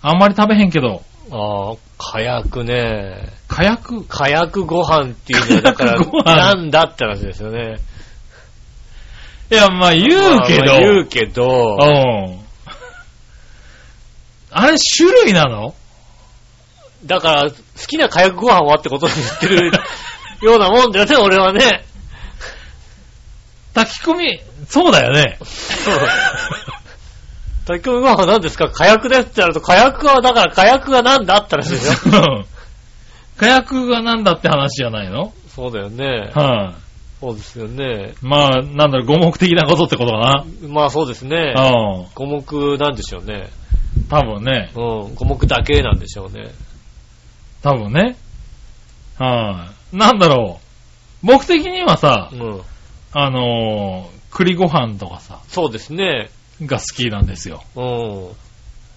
あんまり食べへんけど、ああ、火薬ね。火薬火薬ご飯っていうのは、だ (laughs) から、火薬ご飯なんだって話ですよね。いや、まあ言うけど。まあ言うけど、うん。あれ、種類なのだから、好きな火薬ご飯はってことに言って (laughs) るようなもんだよね、俺はね。炊き込み、そうだよね。そう。炊き込みご飯は何ですか火薬ですってなると、火薬は、だから火薬が何だって話でし (laughs) ょうん火薬がなんだって話じゃないのそうだよね。はそうですよね。い。まあ、なんだろう、五目的なことってことかまあそうですね。な。うん。五目なんでしょうね。多分ね。うん。五目だけなんでしょうね。多分ね。はい。なんだろう。僕的にはさう、ん。あのー栗ご飯とかさ、そうですね。が好きなんですよ。うん。は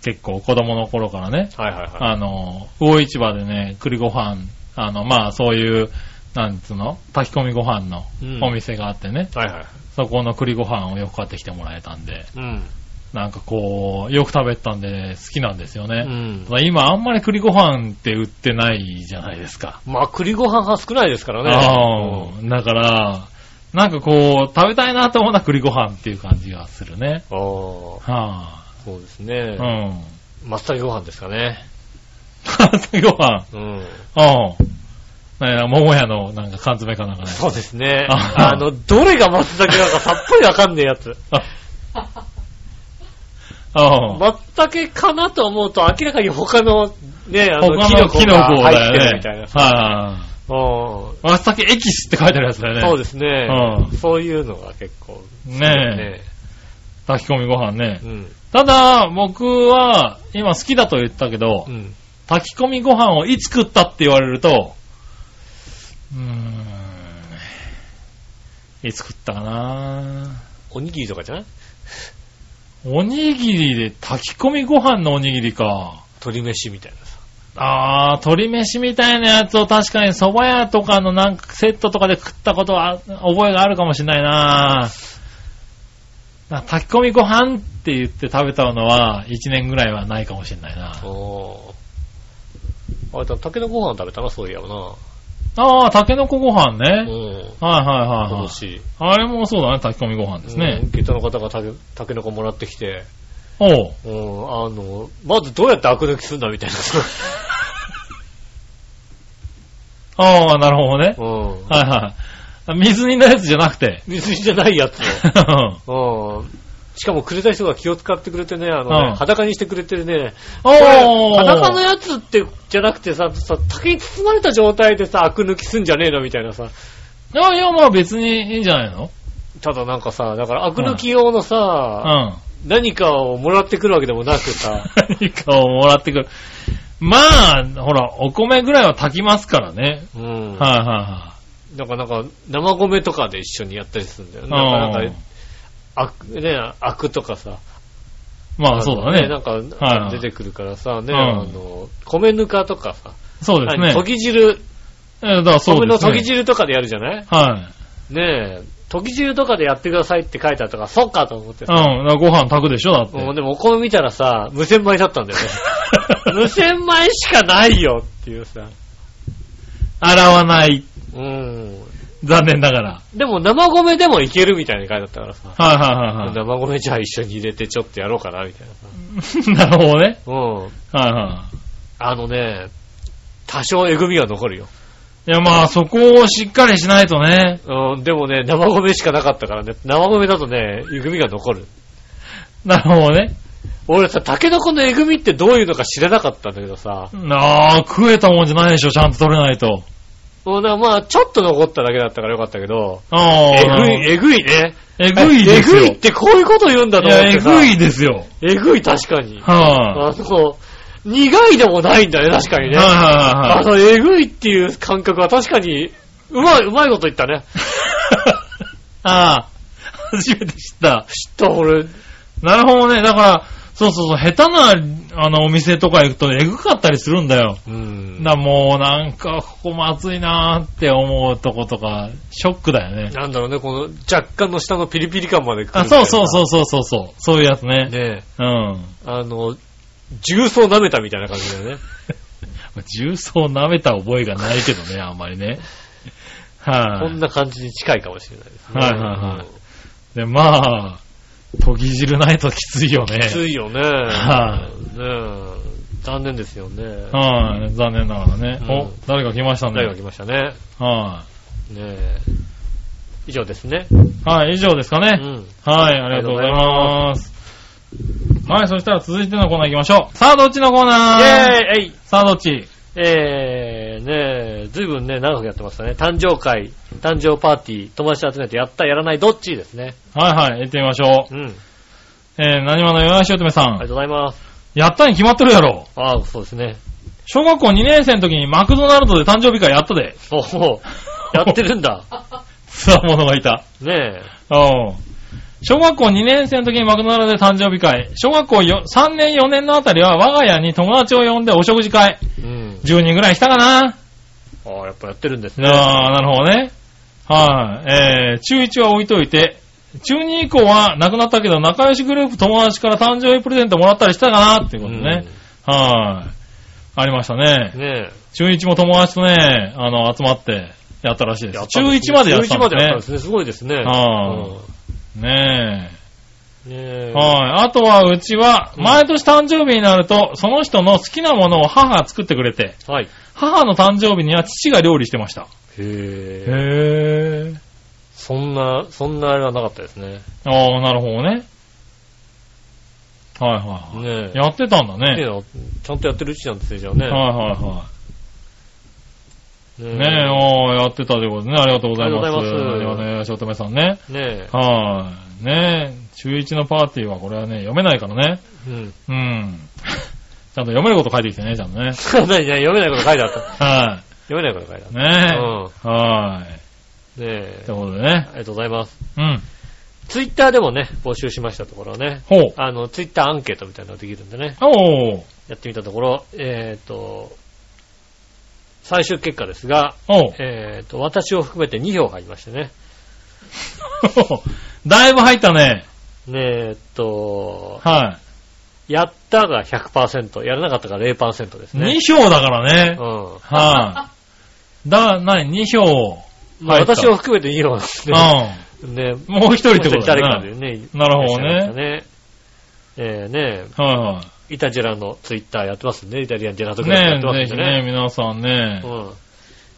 結構子供の頃からね。いはいはあの、魚市場でね、栗ご飯、あの、まあ、そういう、なんつうの炊き込みご飯のうんお店があってね、い。はいはい。そこの栗ご飯をよく買ってきてもらえたんで、うん。なんかこう、よく食べたんで好きなんですようね。んた。だ今あんまり栗ご飯って売ってないじゃないですか。まあ栗ご飯は少ないですからね。あうんあだから、なんかこう、食べたいなと思うのは栗ご飯っていう感じがするね。あーはそうですねあ、う。ん。 (laughs) 松茸ご飯ですかね。炊きご飯。うん。うん。なんや桃屋のなんか缶詰かなんかね。そうですね。ああの、どれが松茸なのかさっぱりわかんねえやつ。うん。松茸かなと思うと明らかに他の、ね、あの、他のキノコがだ入っよてるねみたいな。。はうん。い。わさきエキスって書いてあるやつだよね。そうでですね。うそういうのが結構、ねえ。炊き込みご飯ねう。ん。ただ、僕は、今好きだと言ったけどう、ん。炊き込みご飯をいつ食ったって言われると、うーん、いつ食ったかなおにぎりとかじゃないおにぎりで炊き込みご飯のおにぎりか。鶏飯みたいなさ。あー、鶏飯みたいなやつを確かに蕎麦屋とかのなんかセットとかで食ったことは、覚えがあるかもしれないなな炊き込みご飯って言って食べたのは、1年ぐらいはないかもしれないなおーあれ、たけのこご飯食べたな、そういやな。あー、タケノコご飯うん。ね。今はいはいはいはい。年。あれもそうだね、炊き込みご飯ですうねん。。ゲットの方がたけたけのこもらってきて、おう。うん、あの、まずどうやってアク抜きすんだみたいな。 (laughs) あー、なるほどね。うん。はいはい。水煮のやつじゃなくて。 (laughs) 水着じゃないやつうんを。うん。しかもくれた人が気を使ってくれてね、あのね、うん裸にしてくれてるね。おこれー。裸のやつって、じゃなくてさ、さ、竹に包まれた状態でさ、アク抜きすんじゃねえのみたいなさ。いやいや、まあ別にいいんじゃないのただなんかさ、だからアク抜き用のうさ、ん。 (laughs) 何かをもらってくるわけでもなくさ、何かをもらってくる。まあ、ほら、お米ぐらいは炊きますからね。うん。はいはなんかなんか、生米とかで一緒にやったりするんだよね。いはないんかなうんんか、。アク、ね、アクとかさ。まあそうだなねん。か、はい出てくるからさ、ね、うんあの、米ぬかとかさ、そうですね。研ぎ汁、えーだからそう米でのすね。研ぎ汁とかでやるじゃないはい。ねえ、研ぎ汁とかでやってくださいって書いてあったから、そっかと思ってうさ。ん。だからご飯炊くでしょ、だって。もうでもお米見たらさ、無洗米だったんだ (laughs) よね。無洗米しかないよっていうさ。洗わない。うん。残念ながら。でも生米でもいけるみたいに書いてあったからさ。はいはいはいは生米じゃあ一緒に入れてちょっとやろうかなみたいなさ。い。 (laughs) なるほどね。うん。はいはあのね、多少えぐみが残るよ。い。いやまあそこをしっかりしないとね。うん、でもね、生米しかなかったからね、生米だとね、えぐみが残る。なるほどね。俺さ、タケノコのえぐみってどういうのか知らなかったんだけどさ、なあ、食えたもんじゃないでしょ、ちゃんと取れないと。もうなまあ、ちょっと残っただけだったからよかったけど、ああ。えぐい、えぐいね。えぐいですよ。えぐいってこういうこと言うんだいと思っや、えてさ。ぐいですよ。えぐい、確かに。はあの、苦いでもないんだね、確かにい。ね。はいはいはあい。の、えぐいっていう感覚は確かに、うまい、うまいこと言 (laughs) ったね。 (laughs) ああ、初めて知った。知った、俺。なるほどね。だから、そうそうそう、下手な、あの、お店とか行くと、えぐかったりするんだよ。うんだからもう、なんか、ここも熱いなーって思うとことか、ショックだよね。なんだろうね、この若干の下のピリピリ感まで来るあ、そうそうそううそうそうそう。そういうやつね。ねえ、うん。あの、重曹舐めたみたいな感じだよね。重曹舐めた覚えがないけどね、 (laughs) あんまりね。こはんい、な感じに近いかもしれないですね。はいはいはいで、まあ、研ぎ汁ないときついよね。きついよね。はねえ残念ですよね。はい、残念ながらね。うんお、誰か来ましたね。誰が来ましたね。はねえ。以上ですね。い、はい、以上ですかうね。ん。はい、ありがとうございます。はい、そしたら続いてのコーナー行きましょう。さあ、どっちのコーナイェーーイえいさあ、どっちえー、ねえ、ずいぶんね、長くやってましたね。誕生会、誕生パーティー、友達集めてやった、やらない、どっちですね。はいはい、行ってみましょうん。ありう。えー、何話のよやしおとめさんがと。うございます。やったに決まってるやろ。ああ、そうですね。小学校2年生の時にマクドナルドで誕生日会やったで。おお、やってるん (laughs) だ。つわものがいた。ねうん。小学校2年生の時にマクドナルドで誕生日会。小学校よ3年4年のあたりは我が家に友達を呼んでお食事会。え。うん。 10人ぐらい来たかな。ああ、やっぱやってるんですね。ああ、なるほどね。はい、えー、中1は置いといて、中2以降は亡くなったけど仲良しグループ友達から誕生日プレゼントもらったりしたかなっていううこんとね。はい、ありましたね。ね中1も友達とね、あの、集まってやったらしいえ。でやっす。た中んですね1までやったん中1まですでやったんねで。すね。すごいですね。あうんねねえ。え。はい。あとは、うちは、うん毎年誕生日になると、その人の好きなものを母が作ってくれて、はい。母の誕生日には父が料理してました。へえ。へぇー。そんな、そんなあれはなかったですね。ああ、なるほどね。はいはいはい。ねえ。やってたんだっていうね。のはちゃんとやってるうちなんですね、じゃあね。はいはいはねい。ねえ、おーやってたということでね。ありがとうございます。ありがとうございますね、しおとめさんね。え。ねはい。ねえ、中1のパーティーはこれはね、読めないからね。え。うん。うん。 (laughs) ちゃんと読めること書いてきてね、ちゃんとね。何何 (laughs) 読めないこと書いてあった。は読めないこと書いてあっい。た。ねうえ。はん。ねい。えと。いうことでねあ。りがとうございます。うん。ツイッターでもね、募集しましたところね。ほう。あの、ツイッターアンケートみたいなのができるんでね。おう。やってみたところ、えっ、と、最終結果ですが、おう。 (laughs) えっ、と、私を含めて2票入りましてね。だいぶ入ったね。ねえっと、はやったが100%、やらなかったが0%ですい。ね2。票だからねう。ん。はい。だ、なに、2票。まあ、入った私を含めて2票なんですうね。ん。ねもう一人ってことだ誰かよでね。ね。なるほどねいらっしゃいましたね。えー、ねはいはイタジェラのツイッターやってますね。イタリアンジェラートい。クラブやねってまえ、すぜんひでねね、。皆さんねう。ん。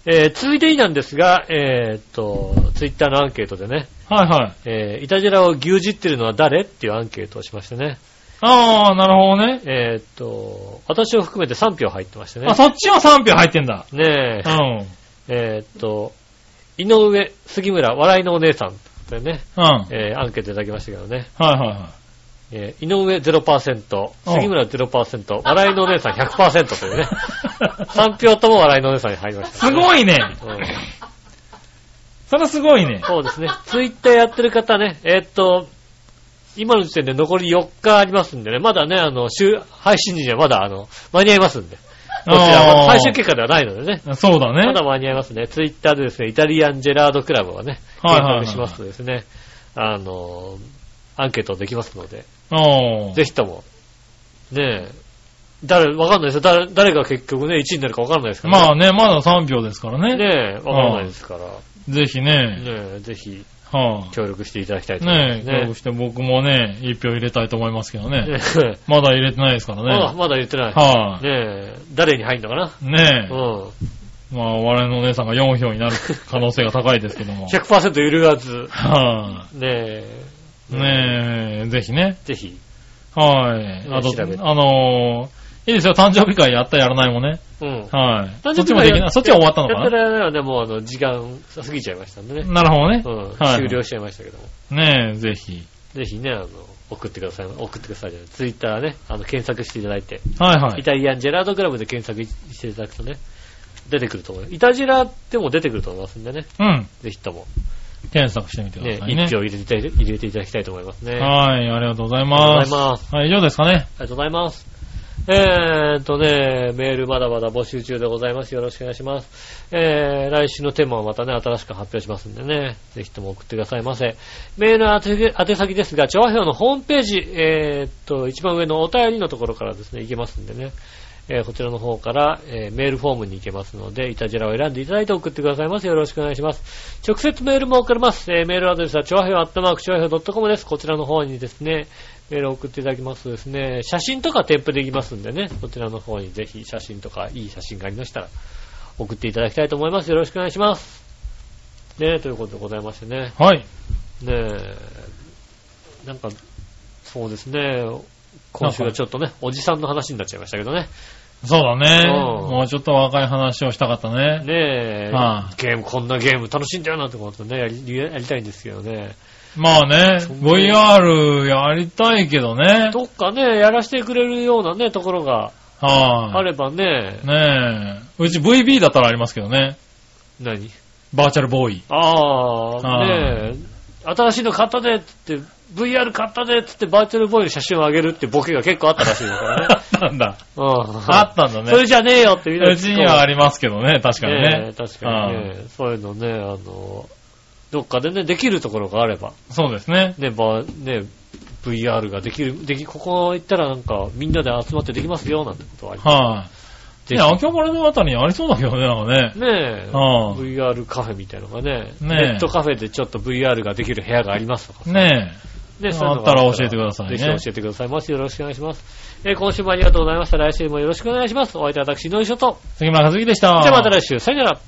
えー、続いていなんですが、えーっと、ツイッターのアンケートでね、はいはい。えー、イタジェラを牛耳ってるのは誰っていうアンケートをしましてね、ああ、なるほどね。えーっと、私を含めて3票入ってましてねあ、。そっちは3票入ってんだ。ねえう、ん。えーっと、井上、杉村、笑いのお姉さんってね、うん。はいえー、アンケートいただきましたけどね、はいはえー、井上0%、杉村0%、笑いのお姉さん100%というね、3票とも笑いのお姉さんに入りましい。た。すごいね。うんそれすごいね。そうですね。ツイッターやってる方ね、えーっと、今の時点で残り4日ありますんでね、まだね、あの、週、配信時にはまだ、あの、間に合いますんで。こちらあはー最終結果ではないのでね。そうだまだね。間に合いますね。ツイッターでですね、イタリアンジェラードクラブはね、はい検はいはい索しますとですね、あの、アンケートできますので、おーぜひとも、ねえ、誰、わかんないですよ。誰、誰が結局ね、1位になるかわかんないですからまね。あね、まだ3票ですからね。ねえ、わかんないですから、ぜひね。ねえ、ぜひは協力していただきたいい。と思いまねすえ、協力して僕もね、1票入れたいと思いますけどね。ねえまだ入れてないですからまだ、ね。まだ言ってない。は。ねえ、誰に入んのかないねうえ。ん。まあ、我々のお姉さんが4票になる可能性が高いですけ (laughs) ども。 100%揺るがず、はねえ。い。ねえ、ぜひね。え。ぜひ。はい。ねあと調べて、あのー、いいですよ、誕生日会やったやらないもね。うん。はい。誕そ生っち日も会でやきない。そっちは終わったのやってかられないので、もうあの、時間過ぎちゃいましたんでね。ななるほどね。うん。はい。終了しちゃいましたけども。ねえ、ぜひ。ぜひね、あの、送ってください。送ってくださいじゃない。ツイッターね、あの、検索していただいて。はいはイい。タリアンジェラードクラブで検索していただくとね、出てくると思います。イタジェラでも出てくると思いますんでね。うん。ぜひとも、検索してみてくね、ださいね。一票入れていた入れていただきたいと思いますね。はい、ありがとうございありがまとうすご。ざいます。はい、以上ですかね。ありがとうございます。えーっとね、メールまだまだ募集中でございます。よろしくお願いします。えー、来週のテーマはまたね、新しく発表しますんでね、ぜひとも送ってくださいませ。メールの宛先宛先ですが、調和表のホームページ、えーっと、一番上のお便りのところからですね、行けますんでね、えーこちらの方から、えーメールフォームに行けますので、イタジラを選んでいただいて送ってくださいます。よろしくお願いします。直接メールも送れます。えーメールアドレスは、ちょわひょうアットマークちょわひょう .com です。こちらの方にですね、メールを送っていただきますとですね、写真とか添付できますんでね、こちらの方にぜひ写真とか、いい写真がありましたら、送っていただきたいと思います。よろしくお願いします。ねということでございましてね。はい。ねえ、なんか、そうですね、今週はちょっとね、おじさんの話になっちゃいましたけどね。そうだね。うんもうちょっと若い話をしたかったね。ねえ、はゲーム、こんなゲーム楽しいんだよなってことね、やりやりたいんですけどね。まあね、そんな VR やりたいけどね。どっかね、やらせてくれるようなね、ところがあはればね、い。ねえ。うち VB だったらありますけどね。何バーチャルボーイ。ああ、はねえ、新しいの買ったでってって、VR 買ったでってってバーチャルボーイの写真をあげるってボケが結構あったらしいですから (laughs) あね。ったんだ。うんあったんだね。それじゃねえよってみんなうちにはありますけどね、確かにねね。え確かにね。そういうのね、あの、どっかでね、できるところがあれば、そうですね。ね、ば、ね、VR ができる、でき、ここ行ったらなんか、みんなで集まってできますよ、なんてことはありはい。ぜね、秋葉原のあたりにありそうだけどね、なんかねひ。ねえ、うん VR カフェみたいなのがね、ねえネットカフェでちょっと VR ができる部屋がありますとかさねね、あそういうのがあったら教えてくださいねぜひ教えてくださいます。よろしくお願いします。えー今週もありがとうございました。来週もよろしくお願いします。お相手は私、井上翔と。え。杉村和樹でした。じゃあまた来週。さよなら。